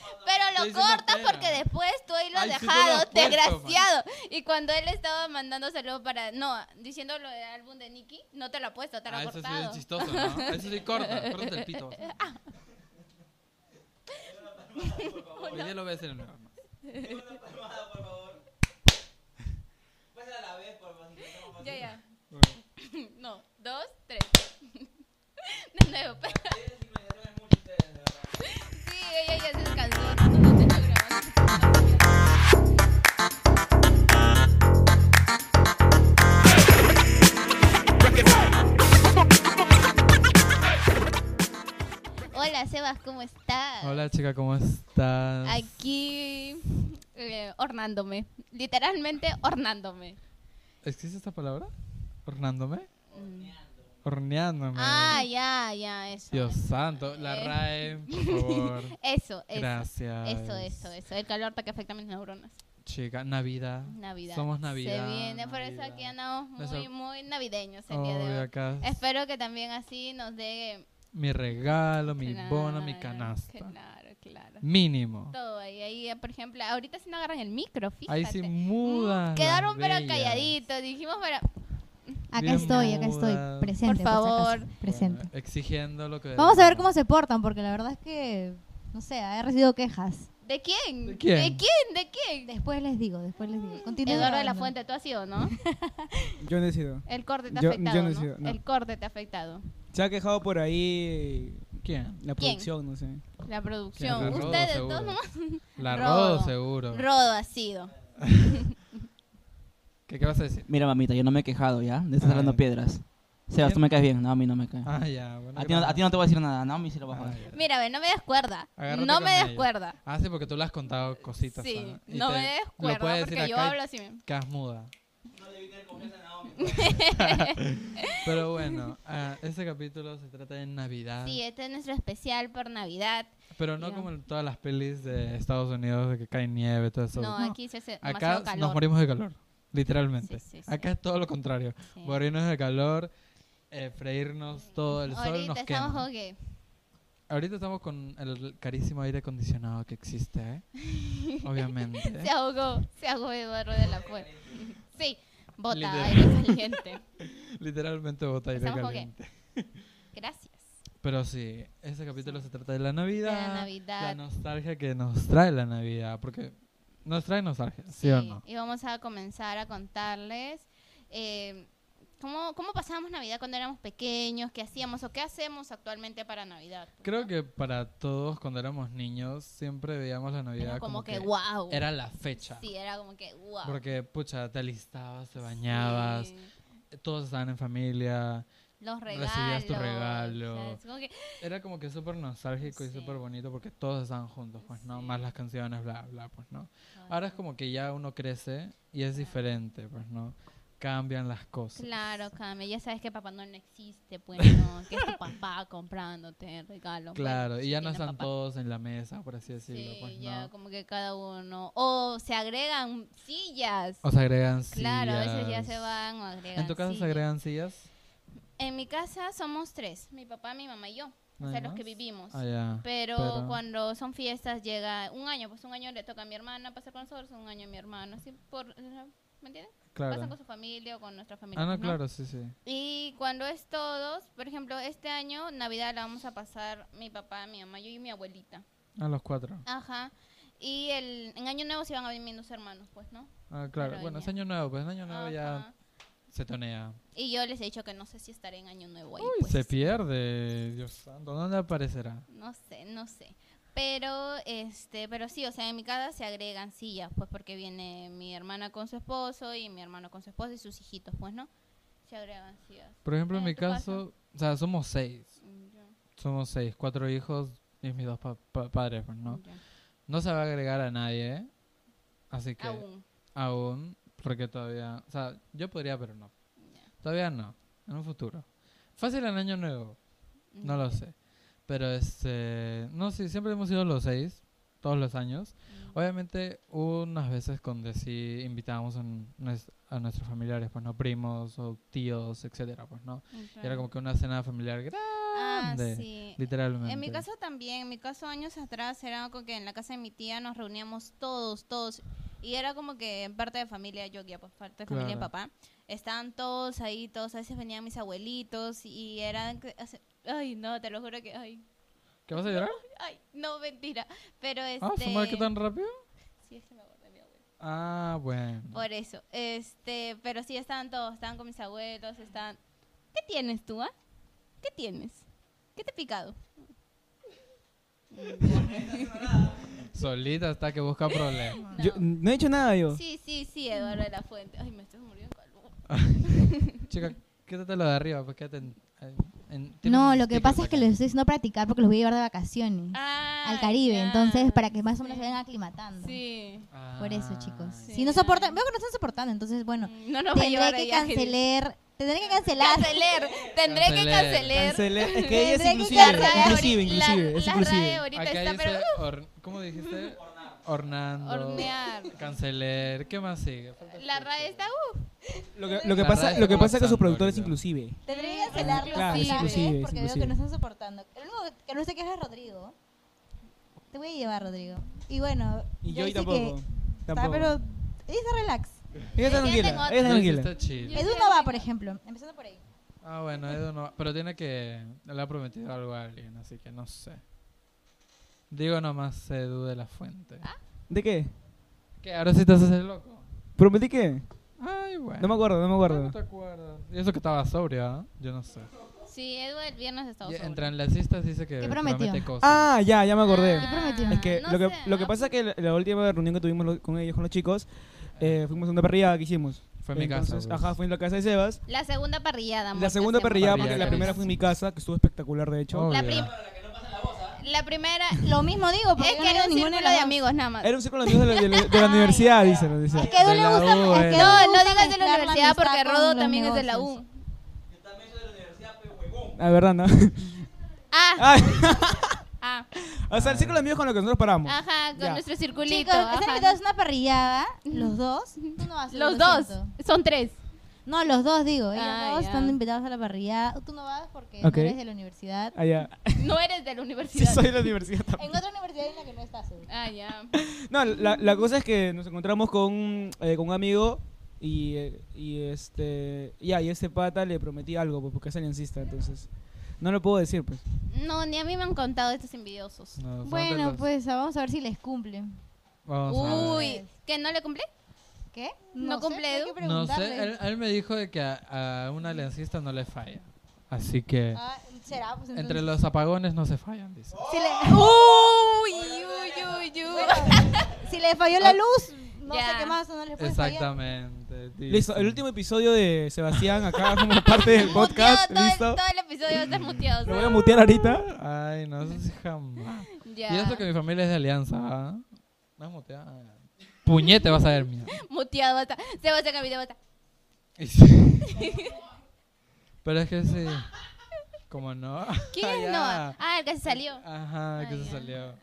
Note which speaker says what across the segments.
Speaker 1: lo
Speaker 2: diciendo
Speaker 1: corta
Speaker 2: pera.
Speaker 1: porque después tú ahí lo has
Speaker 2: Ay, sí te lo
Speaker 1: dejado,
Speaker 2: has puesto,
Speaker 1: desgraciado. Y cuando él estaba mandando saludos para. No, diciendo lo del álbum de Nicky, no te lo ha puesto, te lo
Speaker 2: Ah,
Speaker 1: ha
Speaker 2: eso sí es
Speaker 1: cortado. Ah,
Speaker 2: chistoso, ¿no? Eso sí corta, córtate el pito. Hoy día lo voy a hacer de nuevo.
Speaker 3: Una palmada, por favor. Pásala a la vez, por favor. si no estamos
Speaker 1: Ya, ya.
Speaker 2: Bueno,
Speaker 1: No, dos, tres. De nuevo, pero.
Speaker 3: haciendo- Ustedes sí me ayudaron mucho ustedes, de verdad.
Speaker 1: Sí, ella ya se descansó. no, no, no, no, no. Hola Sebas, ¿cómo estás?
Speaker 2: Hola chica, ¿cómo estás?
Speaker 1: Aquí eh, ornándome, literalmente ornándome.
Speaker 2: ¿Existe esta palabra? ¿Hornándome?
Speaker 1: Mm.
Speaker 2: Horneándome.
Speaker 1: Ah, ya, ya, eso.
Speaker 2: Dios santo, la
Speaker 1: Eh.
Speaker 2: RAE, por favor.
Speaker 1: Eso, eso.
Speaker 2: Gracias.
Speaker 1: Eso, eso, eso. El calor que afecta a mis neuronas.
Speaker 2: Chica, Navidad.
Speaker 1: Navidad.
Speaker 2: Somos Navidad.
Speaker 1: Se viene, por eso
Speaker 2: Navidad.
Speaker 1: aquí andamos muy,
Speaker 2: Nuestro-
Speaker 1: muy navideños el día de
Speaker 2: Obvio,
Speaker 1: hoy.
Speaker 2: acá.
Speaker 1: Espero que también así nos dé...
Speaker 2: Mi regalo, mi
Speaker 1: Claro,
Speaker 2: bono, mi canasta.
Speaker 1: Claro, claro.
Speaker 2: Mínimo.
Speaker 1: Todo ahí, ahí, eh, por ejemplo, ahorita sí no agarran el micro, fíjate.
Speaker 2: Ahí sí
Speaker 1: Mm,
Speaker 2: mudan.
Speaker 1: Quedaron
Speaker 2: las
Speaker 1: pero
Speaker 2: bellas.
Speaker 1: calladitos, dijimos pero...
Speaker 4: Acá
Speaker 2: Bien
Speaker 4: estoy, acá estoy.
Speaker 2: muda.
Speaker 4: Presente.
Speaker 1: Por
Speaker 4: si acaso,
Speaker 1: favor.
Speaker 4: presente.
Speaker 2: Bueno, exigiendo lo que.
Speaker 4: Vamos a ver cómo se portan, porque la verdad es que, no sé, he recibido quejas.
Speaker 1: ¿De quién?
Speaker 2: ¿De quién?
Speaker 1: ¿De quién? ¿De quién?
Speaker 4: Después les digo, después les digo. Continúen
Speaker 1: Eduardo de la
Speaker 4: grabando.
Speaker 1: Fuente, tú has sido, ¿no?
Speaker 5: Yo no he sido.
Speaker 1: El corte te ha
Speaker 5: Yo-
Speaker 1: afectado,
Speaker 5: yo no he
Speaker 1: ¿no?
Speaker 5: sido, no.
Speaker 1: El corte te ha afectado.
Speaker 5: Se ha quejado por ahí
Speaker 2: ¿Quién?
Speaker 1: ¿Quién?
Speaker 5: la producción, no sé.
Speaker 1: La
Speaker 2: Sí, la
Speaker 1: producción.
Speaker 2: Rodo,
Speaker 1: Ustedes
Speaker 2: seguro.
Speaker 1: todos nomás.
Speaker 2: La
Speaker 1: Rodo.
Speaker 2: Rodo, seguro.
Speaker 1: Rodo ha sido.
Speaker 2: ¿Qué, ¿Qué vas a decir?
Speaker 3: Mira, mamita, yo no me he quejado, ¿ya? De estar
Speaker 2: Ah,
Speaker 3: hablando
Speaker 2: ya.
Speaker 3: piedras. Sebas, tú me caes bien. No, a mí no me caes.
Speaker 2: Ah, ya. Bueno,
Speaker 3: A ti, no, a ti no te voy a decir nada. No, a mí sí lo voy a
Speaker 2: Ah,
Speaker 3: joder.
Speaker 2: ya.
Speaker 1: Mira, ve, no me descuerda.
Speaker 2: Agárrate
Speaker 1: no
Speaker 2: con
Speaker 1: me
Speaker 2: ella.
Speaker 1: descuerda.
Speaker 2: Ah, sí, porque tú le has contado cositas.
Speaker 1: Sí,
Speaker 2: Y
Speaker 1: no
Speaker 2: te-
Speaker 1: me des
Speaker 2: lo
Speaker 1: cuerda
Speaker 2: puedes decir
Speaker 1: porque yo
Speaker 2: acá y
Speaker 1: hablo así. mismo.
Speaker 2: Quedas muda.
Speaker 3: No debí tener confianza en Naomi.
Speaker 2: pues. Pero bueno, ah, este capítulo se trata de Navidad.
Speaker 1: Sí, este es nuestro especial por Navidad.
Speaker 2: Pero no
Speaker 1: Ya.
Speaker 2: como en todas las pelis de Estados Unidos de que cae nieve, todo eso.
Speaker 1: No, aquí se hace
Speaker 2: Acá
Speaker 1: demasiado calor.
Speaker 2: nos morimos de calor, literalmente.
Speaker 1: Sí, sí, sí.
Speaker 2: Acá es todo lo contrario.
Speaker 1: Sí.
Speaker 2: Morirnos de calor, eh, freírnos todo, el sol
Speaker 1: Ahorita
Speaker 2: nos
Speaker 1: estamos
Speaker 2: quema. ¿Eh?
Speaker 1: como que
Speaker 2: Ahorita estamos con el carísimo aire acondicionado que existe, ¿eh? Obviamente.
Speaker 1: se ahogó, se ahogó Eduardo de la Fuente. Sí, bota
Speaker 2: Literal.
Speaker 1: aire caliente.
Speaker 2: Literalmente bota aire
Speaker 1: Estamos como que-
Speaker 2: caliente.
Speaker 1: Gracias.
Speaker 2: Pero sí, este capítulo se trata de la
Speaker 1: De
Speaker 2: Navidad.
Speaker 1: la Navidad.
Speaker 2: La nostalgia que nos trae la Navidad, porque nos trae nostalgia, ¿sí, o no?
Speaker 1: Y vamos a comenzar a contarles eh, cómo, cómo pasábamos Navidad cuando éramos pequeños, qué hacíamos o qué hacemos actualmente para Navidad.
Speaker 2: Creo que para todos cuando éramos niños siempre veíamos la Navidad
Speaker 1: Era
Speaker 2: como,
Speaker 1: como, que, wow.
Speaker 2: era la fecha.
Speaker 1: Sí, era como que wow.
Speaker 2: Porque, pucha, te alistabas, te bañabas, todos estaban en familia.
Speaker 1: Los regalos.
Speaker 2: Recibías tu regalo.
Speaker 1: o sea, es como que-
Speaker 2: Era como que súper nostálgico y
Speaker 1: Sí.
Speaker 2: súper bonito porque todos estaban juntos, pues, ¿no?
Speaker 1: Sí.
Speaker 2: Más las canciones, bla, bla, pues, ¿no? Ahora es como que ya uno crece y es diferente, pues, ¿no? Cambian las cosas.
Speaker 1: Claro, Cami, ya sabes que papá no existe, pues no, que es tu papá comprándote el regalo. pues,
Speaker 2: Claro, y ya no
Speaker 1: tiene
Speaker 2: están
Speaker 1: papá.
Speaker 2: todos en la mesa, por así
Speaker 1: Sí,
Speaker 2: decirlo, pues,
Speaker 1: ya
Speaker 2: ¿no?
Speaker 1: como que cada uno. O se agregan sillas.
Speaker 2: O se agregan
Speaker 1: Claro, a
Speaker 2: Oh, sillas.
Speaker 1: veces ya se van o agregan
Speaker 2: ¿En tu casa se
Speaker 1: sillas.
Speaker 2: agregan sillas?
Speaker 1: En mi casa somos tres, mi papá, mi mamá y yo, o
Speaker 2: ¿Nadie
Speaker 1: sea, los
Speaker 2: más?
Speaker 1: que vivimos.
Speaker 2: Ah, ya.
Speaker 1: Pero,
Speaker 2: Pero-
Speaker 1: cuando son fiestas llega un año, pues un año le toca a mi hermana pasar con nosotros, un año a mi hermano, así por, ¿me entiendes? Pasan
Speaker 2: Claro.
Speaker 1: con su familia o con nuestra familia.
Speaker 2: Ah, no,
Speaker 1: pues,
Speaker 2: claro, sí, sí.
Speaker 1: Y cuando es todos, por ejemplo, este año Navidad la vamos a pasar mi papá, mi mamá, yo y mi abuelita.
Speaker 2: A los cuatro.
Speaker 1: Ajá. Y el, en Año Nuevo se van a venir mis hermanos, pues, ¿no?
Speaker 2: Ah, claro.
Speaker 1: Pero
Speaker 2: bueno,
Speaker 1: ya.
Speaker 2: es año nuevo, pues en año nuevo ya
Speaker 1: Ajá.
Speaker 2: se tonea.
Speaker 1: Y yo les he dicho que no sé si estaré en Año Nuevo ahí, pues.
Speaker 2: Se pierde, Dios santo. ¿Dónde aparecerá?
Speaker 1: No sé, no sé. Pero, este, pero sí, o sea, en mi casa se agregan sillas, pues, porque viene mi hermana con su esposo y mi hermano con su esposa y sus hijitos, pues, ¿no? Se agregan sillas.
Speaker 2: Por ejemplo,
Speaker 1: ¿En
Speaker 2: en mi
Speaker 1: tu casa?
Speaker 2: caso, o sea, somos seis.
Speaker 1: Mm, ya,
Speaker 2: Somos seis, cuatro hijos y mis dos pa- pa- padres, pues, ¿no?
Speaker 1: ya.
Speaker 2: No se va a agregar a nadie, ¿eh? Así que
Speaker 1: Aún.
Speaker 2: aún, porque todavía, o sea, yo podría, pero no.
Speaker 1: Ya.
Speaker 2: Todavía no, en un futuro. Fácil en año nuevo, no lo sé. Pero este, no, sí, siempre hemos sido los seis, todos los años. Obviamente, hubo unas veces donde sí invitábamos a, nues- a nuestros familiares, pues no primos o tíos, etcétera, pues no.
Speaker 1: Mm,
Speaker 2: Y era
Speaker 1: claro.
Speaker 2: como que una cena familiar grande,
Speaker 1: Ah,
Speaker 2: de-
Speaker 1: sí.
Speaker 2: Literalmente.
Speaker 1: En mi caso también, en mi caso años atrás era como que en la casa de mi tía nos reuníamos todos, todos. Y era como que en parte de familia, yo guía, pues parte de familia de
Speaker 2: Claro.
Speaker 1: papá. Estaban todos ahí, todos, a veces venían mis abuelitos y eran... que- hace- Ay, no, te lo juro que... Ay,
Speaker 2: ¿Qué vas a llorar?
Speaker 1: ay, no, mentira. Pero este...
Speaker 2: Ah, su madre, ¿qué tan rápido?
Speaker 1: Sí, es que me acordé de mi abuelo.
Speaker 2: Ah, bueno.
Speaker 1: Por eso. Este, pero sí estaban todos, estaban con mis abuelos, estaban. ¿Qué tienes tú, ah? ¿Qué tienes? ¿Qué te he picado?
Speaker 2: Solita está que busca problemas.
Speaker 1: No.
Speaker 5: Yo- no he hecho nada yo.
Speaker 1: Sí, sí, sí, Eduardo de la Fuente. Ay, me estoy muriendo de calor.
Speaker 2: Chica, quítate lo de arriba, pues quédate en- en- pues tiene
Speaker 4: No,
Speaker 2: un
Speaker 4: lo que
Speaker 2: sticker
Speaker 4: pasa es que
Speaker 2: acá.
Speaker 4: les estoy diciendo practicar porque los voy a llevar de vacaciones
Speaker 1: Ah,
Speaker 4: al Caribe.
Speaker 1: ya.
Speaker 4: Entonces, para que más o menos se vayan aclimatando.
Speaker 1: Sí.
Speaker 4: Por eso,
Speaker 2: Ah,
Speaker 4: chicos.
Speaker 1: sí.
Speaker 4: Si no soportan, veo que no están soportando, entonces, bueno,
Speaker 1: Mm, No nos va a
Speaker 4: tendré
Speaker 1: llevar
Speaker 4: que
Speaker 1: allá, gente.
Speaker 4: cancelar. Tendré que cancelar.
Speaker 1: Cancelar. Tendré que
Speaker 2: Cancelar.
Speaker 1: cancelar.
Speaker 5: Cancelé. Es que ella es
Speaker 4: Tendré que
Speaker 5: inclusive.
Speaker 1: La RAE
Speaker 4: cancelar.
Speaker 5: Inclusive,
Speaker 1: ahorita- la-
Speaker 5: inclusive. Es
Speaker 1: la RAE
Speaker 5: inclusive.
Speaker 1: ahorita
Speaker 2: Acá
Speaker 1: está,
Speaker 2: dice,
Speaker 1: pero. uh,
Speaker 2: hor- ¿cómo dijiste? Hornando.
Speaker 1: Hornear.
Speaker 2: Canceler. ¿Qué más sigue? Falta
Speaker 1: La RAE está. Uh,
Speaker 5: Lo que, lo que
Speaker 2: La
Speaker 5: pasa,
Speaker 2: RAE
Speaker 5: lo que
Speaker 2: está
Speaker 5: pasa es que
Speaker 2: colapsando
Speaker 5: su productor es
Speaker 2: ahorita.
Speaker 5: inclusive.
Speaker 4: Tendré que cancelar los
Speaker 1: Claro, es
Speaker 4: pasajes
Speaker 5: inclusive, es
Speaker 4: ¿eh? porque veo
Speaker 5: inclusive.
Speaker 4: que no están soportando. El único que no se queja es Rodrigo. Te voy a llevar, Rodrigo. Y bueno,
Speaker 5: Y yo
Speaker 4: Jaycee
Speaker 5: y tampoco.
Speaker 4: que Está,
Speaker 5: Tampoco.
Speaker 4: pero ella está relax.
Speaker 5: Ella
Speaker 1: Yo
Speaker 5: está
Speaker 1: tengo otra.
Speaker 5: tranquila. Ella está
Speaker 2: Ella sí
Speaker 5: tranquila.
Speaker 2: Pues, está chill.
Speaker 1: Yo
Speaker 4: Edu
Speaker 1: sé
Speaker 4: no va,
Speaker 1: que
Speaker 4: por
Speaker 1: no.
Speaker 4: ejemplo. Empezando por ahí.
Speaker 2: Ah, bueno, Edu no. Pero tiene que. Le ha prometido algo a alguien, así que no sé. Digo nomás Edu de la Fuente.
Speaker 1: ¿Ah?
Speaker 5: ¿De qué?
Speaker 2: ¿Qué? Ahora sí te haces el loco.
Speaker 5: ¿Prometí qué?
Speaker 2: Ay, bueno.
Speaker 5: No me acuerdo, no me
Speaker 2: No
Speaker 5: acuerdo.
Speaker 2: te acuerdas. Y eso que estaba sobrio, ¿ah? Yo no sé.
Speaker 1: sí, Edu el viernes estaba
Speaker 2: Y
Speaker 1: sobrio.
Speaker 2: entre las listas dice que
Speaker 4: ¿Qué prometió?
Speaker 2: promete cosas.
Speaker 5: Ah, ya, ya me acordé.
Speaker 1: Ah,
Speaker 4: prometió?
Speaker 5: Es que
Speaker 1: no
Speaker 5: lo que,
Speaker 1: sé,
Speaker 5: lo que
Speaker 1: ah,
Speaker 5: pasa es que la, la última reunión que tuvimos lo- con ellos, con los chicos, eh, fuimos a una parrillada que hicimos.
Speaker 2: Fue en mi casa,
Speaker 5: Entonces,
Speaker 2: pues.
Speaker 5: Ajá, fue en la casa de Sebas.
Speaker 1: La segunda parrillada. amor,
Speaker 5: La
Speaker 1: que
Speaker 5: segunda
Speaker 1: hacemos.
Speaker 5: parrillada, porque
Speaker 2: Parrillada
Speaker 5: la
Speaker 2: que
Speaker 5: primera
Speaker 2: hicimos.
Speaker 5: fue en mi casa, que estuvo espectacular, de hecho.
Speaker 2: Oh.
Speaker 1: La,
Speaker 2: Obvio.
Speaker 1: prim- la primera.
Speaker 4: Lo mismo digo, porque
Speaker 1: Es que
Speaker 4: yo no
Speaker 1: era
Speaker 4: veo
Speaker 1: un
Speaker 4: ninguna
Speaker 1: círculo de
Speaker 4: las dos.
Speaker 1: amigos nada más.
Speaker 5: Era un círculo de amigos de la, de la- de la universidad, dice. nos dice.
Speaker 4: Es que a Edu
Speaker 2: De
Speaker 4: le
Speaker 2: la
Speaker 4: gusta.
Speaker 2: U,
Speaker 4: es que a
Speaker 2: era.
Speaker 4: Edu le
Speaker 1: No, no
Speaker 4: gusta
Speaker 1: digas de la
Speaker 4: mezclar
Speaker 1: universidad
Speaker 4: amistad
Speaker 1: porque
Speaker 4: con
Speaker 1: Rodo
Speaker 4: los
Speaker 1: también es de la
Speaker 4: negocios.
Speaker 1: U.
Speaker 3: Yo también soy de la universidad, pe huevón.
Speaker 5: La verdad, ¿no?
Speaker 1: Ah,
Speaker 5: Ay,
Speaker 1: ah,
Speaker 5: o sea, el círculo de amigos con los que nosotros paramos.
Speaker 1: ajá, con
Speaker 5: Ya.
Speaker 1: nuestro circulito.
Speaker 4: Chicos, están
Speaker 1: ajá.
Speaker 4: invitados a una parrillada. Los dos. Tú no vas.
Speaker 1: Los
Speaker 4: lo
Speaker 1: dos,
Speaker 4: siento.
Speaker 1: son tres.
Speaker 4: No, los dos digo. Ellos
Speaker 1: Ah,
Speaker 4: dos
Speaker 1: ya.
Speaker 4: están invitados a la parrillada. Tú no vas porque
Speaker 5: Ok.
Speaker 4: no eres de la universidad.
Speaker 5: Allá.
Speaker 1: No eres de la
Speaker 5: Ah, Sí,
Speaker 1: universidad.
Speaker 5: soy de la universidad también.
Speaker 4: En otra universidad en la que no estás. Edu.
Speaker 1: Ah, ya.
Speaker 5: No, la, la cosa es que nos encontramos con, eh, con un amigo y, eh, y este. Ya, y ese pata le prometí algo, pues, porque es aliancista, entonces. No lo puedo decir, pues.
Speaker 1: No, ni a mí me han contado estos envidiosos.
Speaker 2: No, son de
Speaker 4: Bueno,
Speaker 2: los-
Speaker 4: pues vamos a ver si les cumplen.
Speaker 2: Vamos a ver.
Speaker 1: Uy, ¿que no le cumplí?
Speaker 4: ¿Qué?
Speaker 1: No
Speaker 4: sé,
Speaker 1: cumple,
Speaker 4: hay
Speaker 1: Edu.
Speaker 4: que
Speaker 2: No
Speaker 4: preguntarle.
Speaker 2: sé, él, él me dijo de que a, a un aliancista no le falla. Así que
Speaker 4: Ah, será, pues entonces.
Speaker 2: entre los apagones no se fallan, dice.
Speaker 4: Si le,
Speaker 1: Uy, uy, uy, uy.
Speaker 4: si le falló la luz, no
Speaker 1: Ya.
Speaker 4: sé qué más, no le puede fallar.
Speaker 2: Ah, Exactamente. dice.
Speaker 5: Listo, el último episodio de Sebastián acá como parte del podcast.
Speaker 1: Muteado, todo,
Speaker 5: ¿Listo?
Speaker 1: el- todo el episodio va a estar muteado.
Speaker 5: Lo voy a mutear ahorita.
Speaker 2: Ay, no sé si jamás.
Speaker 1: Ya.
Speaker 2: Y eso que mi familia es de alianza. ¿ah? No es muteada. Puñete vas a ver, mía.
Speaker 1: Muteado va a estar. Se va a sacar mi va a estar.
Speaker 2: Y sí. Pero es que sí. Como no.
Speaker 1: ¿Quién
Speaker 2: Ya.
Speaker 1: no? Ah, el que se salió.
Speaker 2: Ajá, que
Speaker 1: Ah,
Speaker 2: se
Speaker 1: ya.
Speaker 2: salió.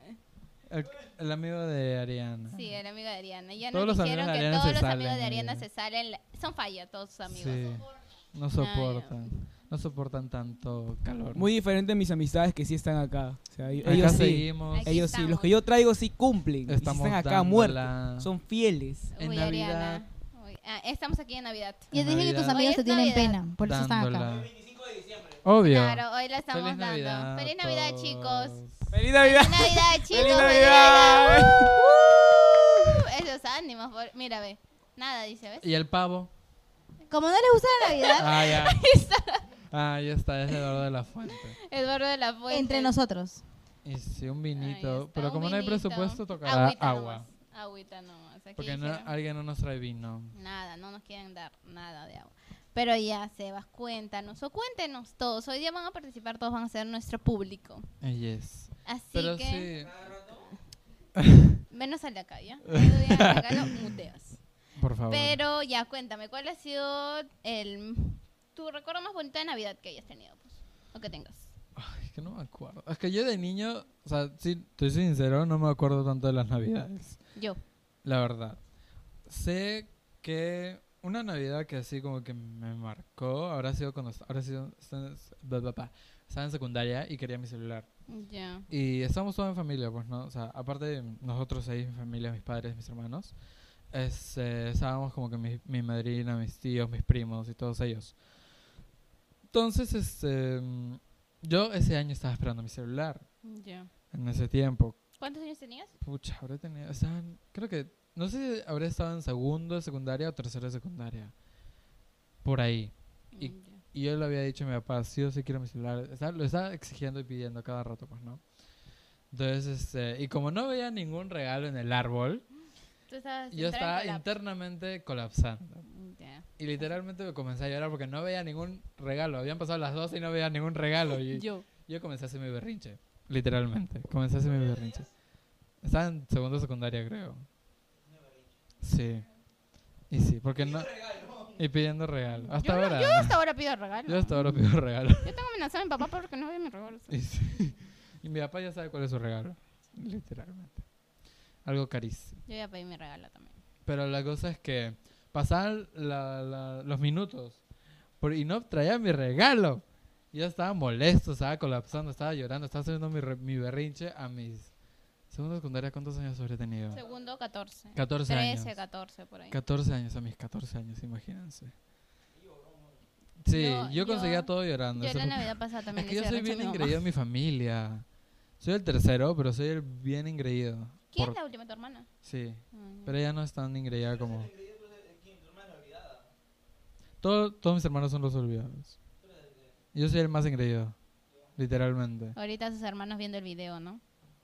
Speaker 2: El, el amigo de Ariana.
Speaker 1: Sí, el amigo de Ariana. Ya
Speaker 2: Todos
Speaker 1: nos
Speaker 2: los
Speaker 1: dijeron
Speaker 2: amigos de
Speaker 1: que
Speaker 2: Ariana
Speaker 1: todos
Speaker 2: se
Speaker 1: los
Speaker 2: salen,
Speaker 1: amigos de Ariana
Speaker 2: ya.
Speaker 1: se salen. la- Son falla todos sus amigos.
Speaker 2: Sí, No soportan. No soportan tanto calor.
Speaker 5: Muy diferente a mis amistades que sí están acá. O sea, ellos
Speaker 2: Acá
Speaker 5: sí.
Speaker 2: seguimos.
Speaker 1: Aquí
Speaker 5: Ellos sí.
Speaker 1: estamos.
Speaker 5: Los que yo traigo sí cumplen. y sí
Speaker 2: Estamos
Speaker 5: están acá
Speaker 2: dándola.
Speaker 5: muertos. Son fieles.
Speaker 2: En
Speaker 1: Uy,
Speaker 2: Navidad.
Speaker 1: Ariana. Uy, ah, estamos aquí en Navidad.
Speaker 4: Yo te dije que tus
Speaker 2: Navidad.
Speaker 4: amigos
Speaker 1: Hoy
Speaker 4: te
Speaker 1: es
Speaker 4: tienen
Speaker 1: Navidad.
Speaker 4: pena, por eso están acá.
Speaker 2: Dándola.
Speaker 3: 25 de diciembre.
Speaker 2: Obvio.
Speaker 1: Claro, hoy la estamos
Speaker 2: Feliz
Speaker 1: dando.
Speaker 2: Navidad.
Speaker 1: Feliz
Speaker 2: a
Speaker 1: Navidad,
Speaker 2: todos.
Speaker 1: chicos.
Speaker 5: ¡Feliz
Speaker 1: Feliz
Speaker 5: Navidad!
Speaker 1: Navidad, chicos. Uh,
Speaker 5: ¡Feliz Navidad!
Speaker 1: Feliz Navidad. Esos ánimos. por- Mira, ve. Nada, dice, ¿ves?
Speaker 2: ¿Y el pavo?
Speaker 4: Como no les gusta la Navidad,
Speaker 2: Ah, ya. ah, ya está, es Eduardo de la Fuente.
Speaker 1: Eduardo de la Fuente.
Speaker 4: entre nosotros.
Speaker 2: Y sí, un
Speaker 1: Ahí
Speaker 2: vinito.
Speaker 1: está,
Speaker 2: Pero
Speaker 1: un
Speaker 2: como no hay
Speaker 1: vinito.
Speaker 2: presupuesto, tocará
Speaker 1: Agüita
Speaker 2: agua.
Speaker 1: nomás, Agüita nomás. Aquí
Speaker 2: Porque no,
Speaker 1: dijeron.
Speaker 2: alguien no nos trae vino.
Speaker 1: Nada, no nos quieren dar nada de agua. Pero ya, Sebas, cuéntanos o cuéntenos todos. Hoy día van a participar, todos van a ser nuestro público.
Speaker 2: Eh, Yes.
Speaker 1: Así
Speaker 2: Pero
Speaker 1: que, menos al de acá, ¿ya? Tú de acá lo muteas.
Speaker 2: sí, por favor.
Speaker 1: Pero ya, cuéntame, ¿cuál ha sido el tu recuerdo más bonito de Navidad que hayas tenido? Pues, o que tengas.
Speaker 2: Ay, que no me acuerdo. Es que yo de niño, o sea, sí, estoy sincero, no me acuerdo tanto de las navidades.
Speaker 1: Yo.
Speaker 2: La verdad. Sé que una Navidad que así como que me marcó habrá sido cuando, habrá sido, bla, bla, bla, estaba en secundaria y quería mi celular.
Speaker 1: Ya.
Speaker 2: Y estábamos todos en familia, pues, ¿no? O sea, aparte de nosotros seis, mi familia, mis padres, mis hermanos, es, eh, estábamos como que mi, mi madrina, mis tíos, mis primos y todos ellos. Entonces, este, mm, yo ese año estaba esperando mi celular,
Speaker 1: Ya.
Speaker 2: en ese tiempo.
Speaker 1: ¿Cuántos años tenías?
Speaker 2: Pucha, habré tenido, estaba en- creo que, no sé si habré estado en segundo de secundaria o tercero de secundaria, por ahí. Y-
Speaker 1: Mm, ya.
Speaker 2: Y yo le había dicho a mi papá, sí o sí quiero mi celular. Estaba- lo estaba exigiendo y pidiendo cada rato, pues, ¿no? Entonces, este, y como no veía ningún regalo en el árbol,
Speaker 1: Tú estabas
Speaker 2: yo
Speaker 1: entrando
Speaker 2: estaba
Speaker 1: en colapso.
Speaker 2: internamente colapsando.
Speaker 1: Ya.
Speaker 2: Y literalmente me comencé a llorar porque no veía ningún regalo. Habían pasado las 12 y no veía ningún regalo. Y yo,
Speaker 1: Yo.
Speaker 2: comencé a hacer mi berrinche. Literalmente. Comencé a hacer mi berrinche. Estaba en segundo de secundaria, creo. Sí. Y sí, porque no. Y pidiendo regalo. Hasta
Speaker 1: yo, no-
Speaker 2: ahora.
Speaker 1: yo hasta ahora pido regalo.
Speaker 2: yo hasta ahora pido regalo.
Speaker 1: Yo tengo amenazado a mi papá porque no ve mis regalos.
Speaker 2: Y, sí. Y mi papá ya sabe cuál es su regalo, literalmente. Algo carísimo.
Speaker 1: Yo ya pedí mi regalo también.
Speaker 2: Pero la cosa es que pasaban la- la- los minutos por- y no traía mi regalo. Yo estaba molesto, estaba colapsando, estaba llorando, estaba haciendo mi, re- mi berrinche a mis... Segunda secundaria, ¿cuántos años habré tenido?
Speaker 1: Segundo, 14.
Speaker 2: 14
Speaker 1: 13,
Speaker 2: años.
Speaker 1: 14, por ahí.
Speaker 2: 14 años, a mis 14 años, imagínense. Sí,
Speaker 1: Yo-
Speaker 2: yo, conseguía
Speaker 1: yo-
Speaker 2: todo llorando.
Speaker 1: Yo
Speaker 2: eso
Speaker 1: la
Speaker 2: fue-
Speaker 1: Navidad pasada
Speaker 2: Es
Speaker 1: también
Speaker 2: que
Speaker 1: le
Speaker 2: yo
Speaker 1: hice
Speaker 2: soy
Speaker 1: berrinche a
Speaker 2: bien
Speaker 1: mi mamá.
Speaker 2: engreído en mi familia. Soy el tercero, pero soy el bien engreído.
Speaker 1: ¿Quién
Speaker 2: Por-
Speaker 1: es la última, tu hermana?
Speaker 2: Sí,
Speaker 1: Ah, ya.
Speaker 2: pero ella no es tan engreída como... Todo- todos mis hermanos son los olvidados. Yo soy el más engreído, literalmente.
Speaker 1: Ahorita sus hermanos viendo el video, ¿no?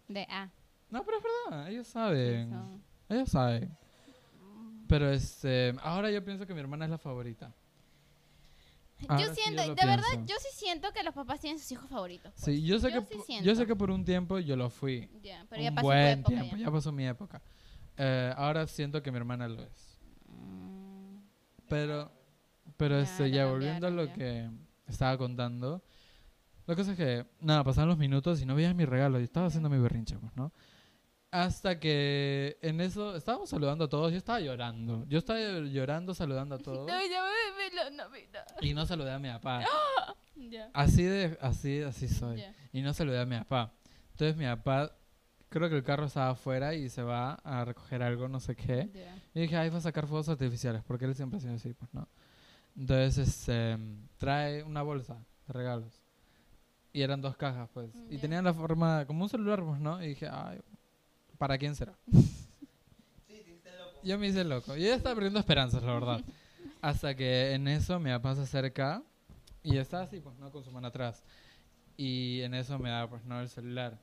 Speaker 1: De ah,
Speaker 2: No, pero es verdad, ellos saben.
Speaker 1: son-
Speaker 2: Ellos saben. Pero este, ahora yo pienso que mi hermana es la favorita. Ahora
Speaker 1: Yo
Speaker 2: ah, sí
Speaker 1: siento,
Speaker 2: yo lo
Speaker 1: de verdad,
Speaker 2: pienso.
Speaker 1: yo sí siento que los papás tienen sus hijos favoritos. pues.
Speaker 2: Sí, yo sé,
Speaker 1: yo
Speaker 2: que,
Speaker 1: sí
Speaker 2: po- yo
Speaker 1: siento.
Speaker 2: sé que por un tiempo yo lo fui.
Speaker 1: Ya, pero ya
Speaker 2: un
Speaker 1: pasó tu
Speaker 2: buen
Speaker 1: época
Speaker 2: tiempo,
Speaker 1: ya.
Speaker 2: ya. pasó mi época. Eh, ahora siento que mi hermana lo es.
Speaker 1: Mm,
Speaker 2: Pero, pero
Speaker 1: Ya,
Speaker 2: este,
Speaker 1: ya
Speaker 2: ya volviendo a
Speaker 1: cambiaron,
Speaker 2: lo
Speaker 1: ya.
Speaker 2: que estaba contando, la cosa es que, nada, pasaban los minutos y no veía mi regalo, yo estaba haciendo mi berrinche, pues, ¿no? Hasta que en eso estábamos saludando a todos, yo estaba llorando, yo estaba llorando saludando a todos
Speaker 1: No, ya me- me lo- no, me- no.
Speaker 2: y no saludé a mi papá.
Speaker 1: Ya,
Speaker 2: Así de, así, así soy.
Speaker 1: ya.
Speaker 2: Y no saludé a mi papá. Entonces mi papá, creo que el carro estaba afuera y se va a recoger algo, no sé qué.
Speaker 1: ya.
Speaker 2: Y dije, ahí va a sacar fuegos artificiales, porque él siempre ha sido así, pues no. Entonces este, trae una bolsa de regalos. Y eran dos cajas, pues. Y
Speaker 1: Ya.
Speaker 2: tenían la forma, como un celular, pues no. Y dije, ay, ¿para quién será? Yo me hice loco. Y ella estaba perdiendo esperanzas, la verdad. Hasta que en eso mi papá se acerca y estaba así, pues, ¿no? Con su mano atrás. Y en eso me da, pues, ¿no? El celular.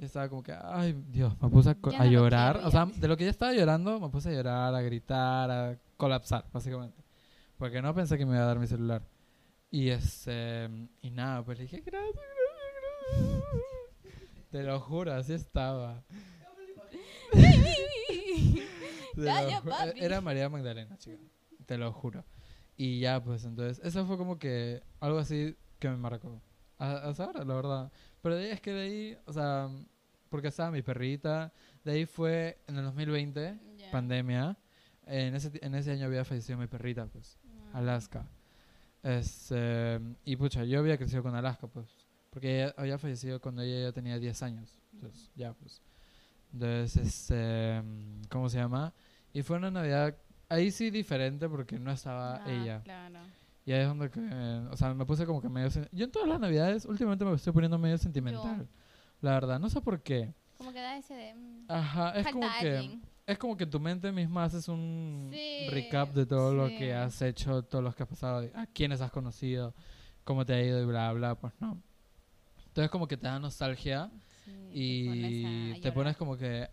Speaker 2: Y estaba como que, ay, Dios, me puse a, co-
Speaker 1: Ya
Speaker 2: a
Speaker 1: no lo
Speaker 2: llorar.
Speaker 1: quiero,
Speaker 2: O
Speaker 1: ya.
Speaker 2: sea, de lo que ya estaba llorando, me puse a llorar, a gritar, a colapsar, básicamente. Porque no pensé que me iba a dar mi celular. Y este, y nada, pues le dije, gracias, gracias, gracias. Te lo juro, así estaba. Te
Speaker 1: Ya,
Speaker 2: lo
Speaker 1: ya,
Speaker 2: ju-
Speaker 1: papi.
Speaker 2: Era María Magdalena, chica. Te lo juro. Y ya, pues entonces, eso fue como que algo así que me marcó. A- Hasta ahora, la verdad. Pero de ahí es que de ahí, o sea, porque estaba mi perrita. De ahí fue en el 2020,
Speaker 1: Ya.
Speaker 2: pandemia. En ese, ti- en ese año había fallecido mi perrita, pues.
Speaker 1: Ah,
Speaker 2: Alaska. Este, y pucha, yo había crecido con Alaska, pues. Porque ella había fallecido cuando ella ya tenía 10 años. Entonces, ya, pues. Entonces, este, mm, ¿cómo se llama? Y fue una Navidad, ahí sí diferente porque no estaba
Speaker 1: ah,
Speaker 2: ella.
Speaker 1: Claro.
Speaker 2: Y ahí es donde, que, eh, o sea, me puse como que medio... sen- Yo en todas las Navidades últimamente me estoy poniendo medio sentimental. La verdad, no sé por qué.
Speaker 1: Como que da ese de. mm,
Speaker 2: Ajá, es
Speaker 1: falta
Speaker 2: como que...
Speaker 1: alguien.
Speaker 2: Es como que en tu mente misma haces un
Speaker 1: Sí,
Speaker 2: recap de todo lo
Speaker 1: sí.
Speaker 2: que has hecho, todo lo que has pasado, a quiénes has conocido, cómo te ha ido y bla, bla, pues no. Entonces como que te da nostalgia
Speaker 1: Sí, te
Speaker 2: y
Speaker 1: pones a
Speaker 2: te
Speaker 1: llorar.
Speaker 2: pones como que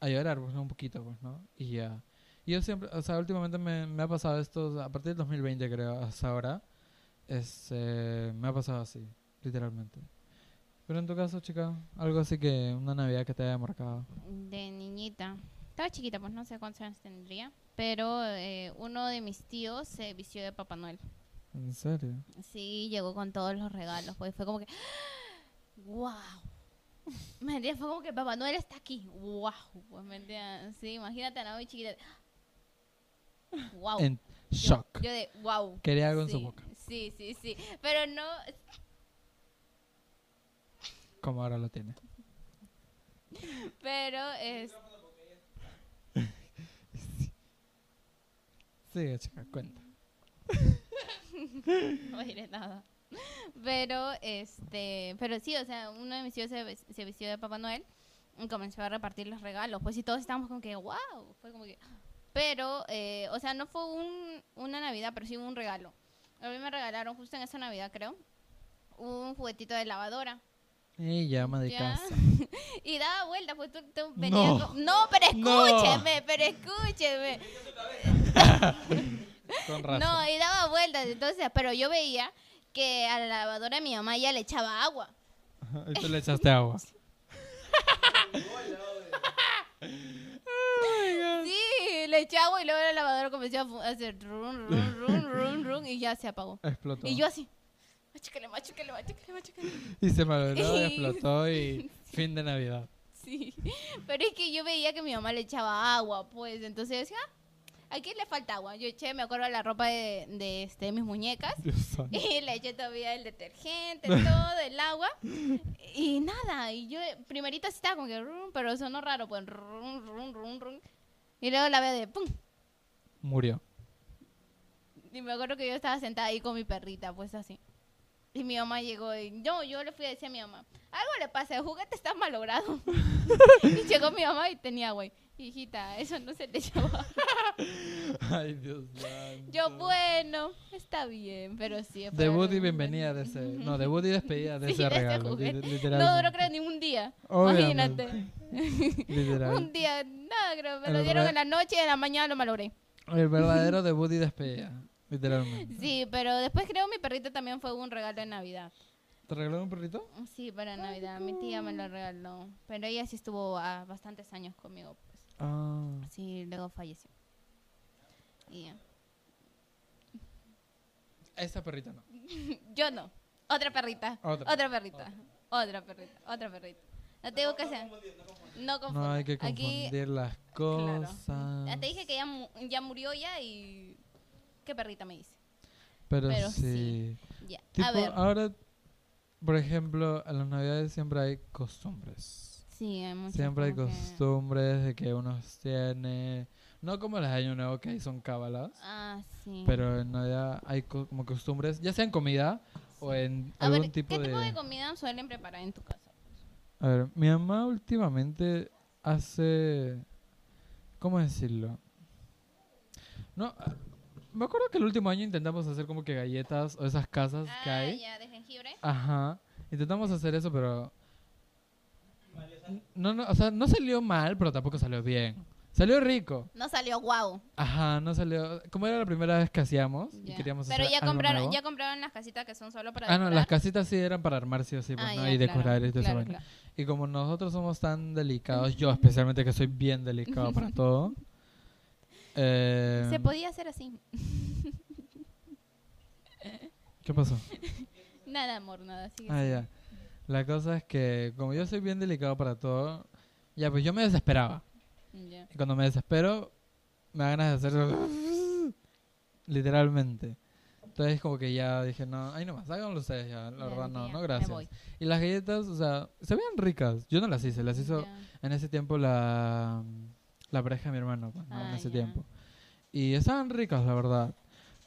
Speaker 2: a llorar, pues ¿no? un poquito, pues no. Y ya. Y yo siempre, o sea, últimamente me, me ha pasado esto, a partir del 2020 creo, hasta ahora, es, eh, me ha pasado así, literalmente. Pero en tu caso, chica, algo así que una Navidad que te haya marcado.
Speaker 1: de niñita. Estaba chiquita, pues no sé cuántos años tendría. Pero eh, uno de mis tíos se vistió de Papá Noel.
Speaker 2: ¿En serio?
Speaker 1: Sí, llegó con todos los regalos. Pues fue como que. ¡Wow! ¿Me entiendes? Fue como que Papá Noel está aquí. ¡Wow! Pues me entiendes. Sí, imagínate a la muy chiquita. ¡Wow!
Speaker 2: En
Speaker 1: Oh, yo,
Speaker 2: shock.
Speaker 1: yo de ¡Wow!
Speaker 2: Quería algo en
Speaker 1: sí,
Speaker 2: su boca.
Speaker 1: Sí, sí, sí. Pero no.
Speaker 2: como ahora lo tiene.
Speaker 1: Pero este, es.
Speaker 2: Sigue, chica, cuenta.
Speaker 1: No diré nada. Pero, este. Pero sí, o sea, uno de mis tíos se, ves- se vistió de Papá Noel y comenzó a repartir los regalos. Pues y todos estábamos como que, wow. Fue como que. Pero, eh, o sea, no fue un, una Navidad, pero sí un regalo. A mí me regalaron justo en esa Navidad, creo, un juguetito de lavadora.
Speaker 2: Y llama de
Speaker 1: Ya.
Speaker 2: casa.
Speaker 1: Y daba vueltas, pues tú, tú
Speaker 2: No.
Speaker 1: venías con- No, pero
Speaker 2: No.
Speaker 1: escúcheme, pero escúcheme.
Speaker 2: Con razón.
Speaker 1: No, y daba vueltas, entonces, pero yo veía que a la lavadora de mi mamá ya le echaba agua.
Speaker 2: Y tú le echaste agua.
Speaker 1: Sí, le echaba agua y luego la lavadora comenzó a fu- a hacer run, run, run, run, run, y ya se apagó.
Speaker 2: Explotó.
Speaker 1: Y yo así, machícale, machícale, machícale, machícale.
Speaker 2: Y se malogró y
Speaker 1: Sí.
Speaker 2: explotó y fin de Navidad.
Speaker 1: Sí, pero es que yo veía que mi mamá le echaba agua, pues, entonces yo decía, "Ah, ¿a quién le falta agua? Yo eché, me acuerdo, la ropa de, de este, mis muñecas
Speaker 2: Dios santo.
Speaker 1: y le eché todavía el detergente, todo, el agua y nada, y yo primerito así estaba como que, "Rum", pero sonó raro, pues, rum, rum, rum, rum. y luego la veo de pum,
Speaker 2: Murió.
Speaker 1: y me acuerdo que yo estaba sentada ahí con mi perrita, pues así. Y mi mamá llegó y no, yo le fui a decir a mi mamá, algo le pasa, el juguete está malogrado. y llegó mi mamá y tenía agua. y, Hijita, eso no se le llevaba.
Speaker 2: Ay, Dios santo.
Speaker 1: Yo, bueno, está bien, pero sí. fue
Speaker 2: Debut
Speaker 1: algo
Speaker 2: y
Speaker 1: muy
Speaker 2: bienvenida de ese. No, debut y despedida de
Speaker 1: Sí,
Speaker 2: ese
Speaker 1: de ese
Speaker 2: regalo.
Speaker 1: juguete.
Speaker 2: li-
Speaker 1: bueno. No duró
Speaker 2: Literalmente.
Speaker 1: creo ni un día.
Speaker 2: Obviamente.
Speaker 1: Imagínate.
Speaker 2: Literal.
Speaker 1: un día, nada, creo. Me
Speaker 2: El
Speaker 1: lo dieron
Speaker 2: re-
Speaker 1: en la noche y en la mañana lo malogré.
Speaker 2: El verdadero debut y despedida. Literalmente.
Speaker 1: Sí, pero después creo mi perrito también fue un regalo de Navidad.
Speaker 2: ¿Te regalaron un perrito?
Speaker 1: Sí, para Navidad. Mi tía me lo regaló. Pero ella sí estuvo ah, bastantes años conmigo. Pues.
Speaker 2: Ah.
Speaker 1: Sí, luego falleció. Y ya.
Speaker 2: Esta perrita no.
Speaker 1: Yo no. Otra perrita.
Speaker 2: Otra.
Speaker 1: Otra, perrita. Otra. perrita. Otra perrita. No tengo que hacer. No confundir.
Speaker 2: No hay que
Speaker 1: Aquí,
Speaker 2: confundir las
Speaker 1: claro.
Speaker 2: cosas.
Speaker 1: ya te dije que ya, mu- ya murió ya y... ¿Qué perrita me dice?
Speaker 2: Pero,
Speaker 1: pero
Speaker 2: sí.
Speaker 1: sí. Ya.
Speaker 2: Tipo, ah,
Speaker 1: A ver.
Speaker 2: ahora, por ejemplo, en las navidades siempre hay costumbres.
Speaker 1: Sí, hay muchas
Speaker 2: Siempre hay
Speaker 1: como que-
Speaker 2: costumbres de que unos tiene. No como las de Año Nuevo, que ahí son cábalas.
Speaker 1: Ah, sí.
Speaker 2: Pero en Navidad hay co- como costumbres, ya sea en comida o en
Speaker 1: A
Speaker 2: algún
Speaker 1: ver,
Speaker 2: tipo,
Speaker 1: ¿qué
Speaker 2: de...
Speaker 1: tipo de comida suelen preparar en tu casa?
Speaker 2: A ver, mi mamá últimamente hace... ¿Cómo decirlo? No, ah, me acuerdo que el último año intentamos hacer como que galletas o esas casas que
Speaker 1: Ah,
Speaker 2: hay.
Speaker 1: ya, de jengibre.
Speaker 2: Ajá. Intentamos hacer eso, pero... No, no, o sea, no salió mal, pero tampoco salió bien. Salió rico.
Speaker 1: No salió guau.
Speaker 2: Ajá, no salió... Como era la primera vez que hacíamos y
Speaker 1: Ya.
Speaker 2: queríamos
Speaker 1: Pero
Speaker 2: hacer
Speaker 1: ya
Speaker 2: algo
Speaker 1: compraron,
Speaker 2: nuevo.
Speaker 1: ya compraron las casitas que son solo para
Speaker 2: Ah, no, las
Speaker 1: decorar.
Speaker 2: casitas sí eran para armar sí o sí, pues,
Speaker 1: Ah,
Speaker 2: ¿no?
Speaker 1: ya,
Speaker 2: y
Speaker 1: claro,
Speaker 2: decorar y todo eso.
Speaker 1: claro,
Speaker 2: vaina.
Speaker 1: claro.
Speaker 2: Y como nosotros somos tan delicados, yo especialmente que soy bien delicado para todo. eh,
Speaker 1: Se podía hacer así.
Speaker 2: ¿Qué pasó?
Speaker 1: Nada, amor, nada. sigue,
Speaker 2: Ah,
Speaker 1: sigue.
Speaker 2: ya. La cosa es que como yo soy bien delicado para todo, ya pues yo me desesperaba.
Speaker 1: Ya.
Speaker 2: Y cuando me desespero, me da ganas de hacer... Literalmente. Entonces como que ya dije, no, ahí nomás, háganlo ustedes ya. La
Speaker 1: Ya,
Speaker 2: verdad,
Speaker 1: dije,
Speaker 2: no,
Speaker 1: ya,
Speaker 2: no,
Speaker 1: me
Speaker 2: gracias.
Speaker 1: voy.
Speaker 2: Y las galletas, o sea, se veían ricas. Yo no las hice, las hizo...
Speaker 1: Ya.
Speaker 2: En ese tiempo la, la pareja de mi hermano, pues, ¿no? en
Speaker 1: Ah,
Speaker 2: ese
Speaker 1: ya.
Speaker 2: tiempo. Y estaban ricas, la verdad.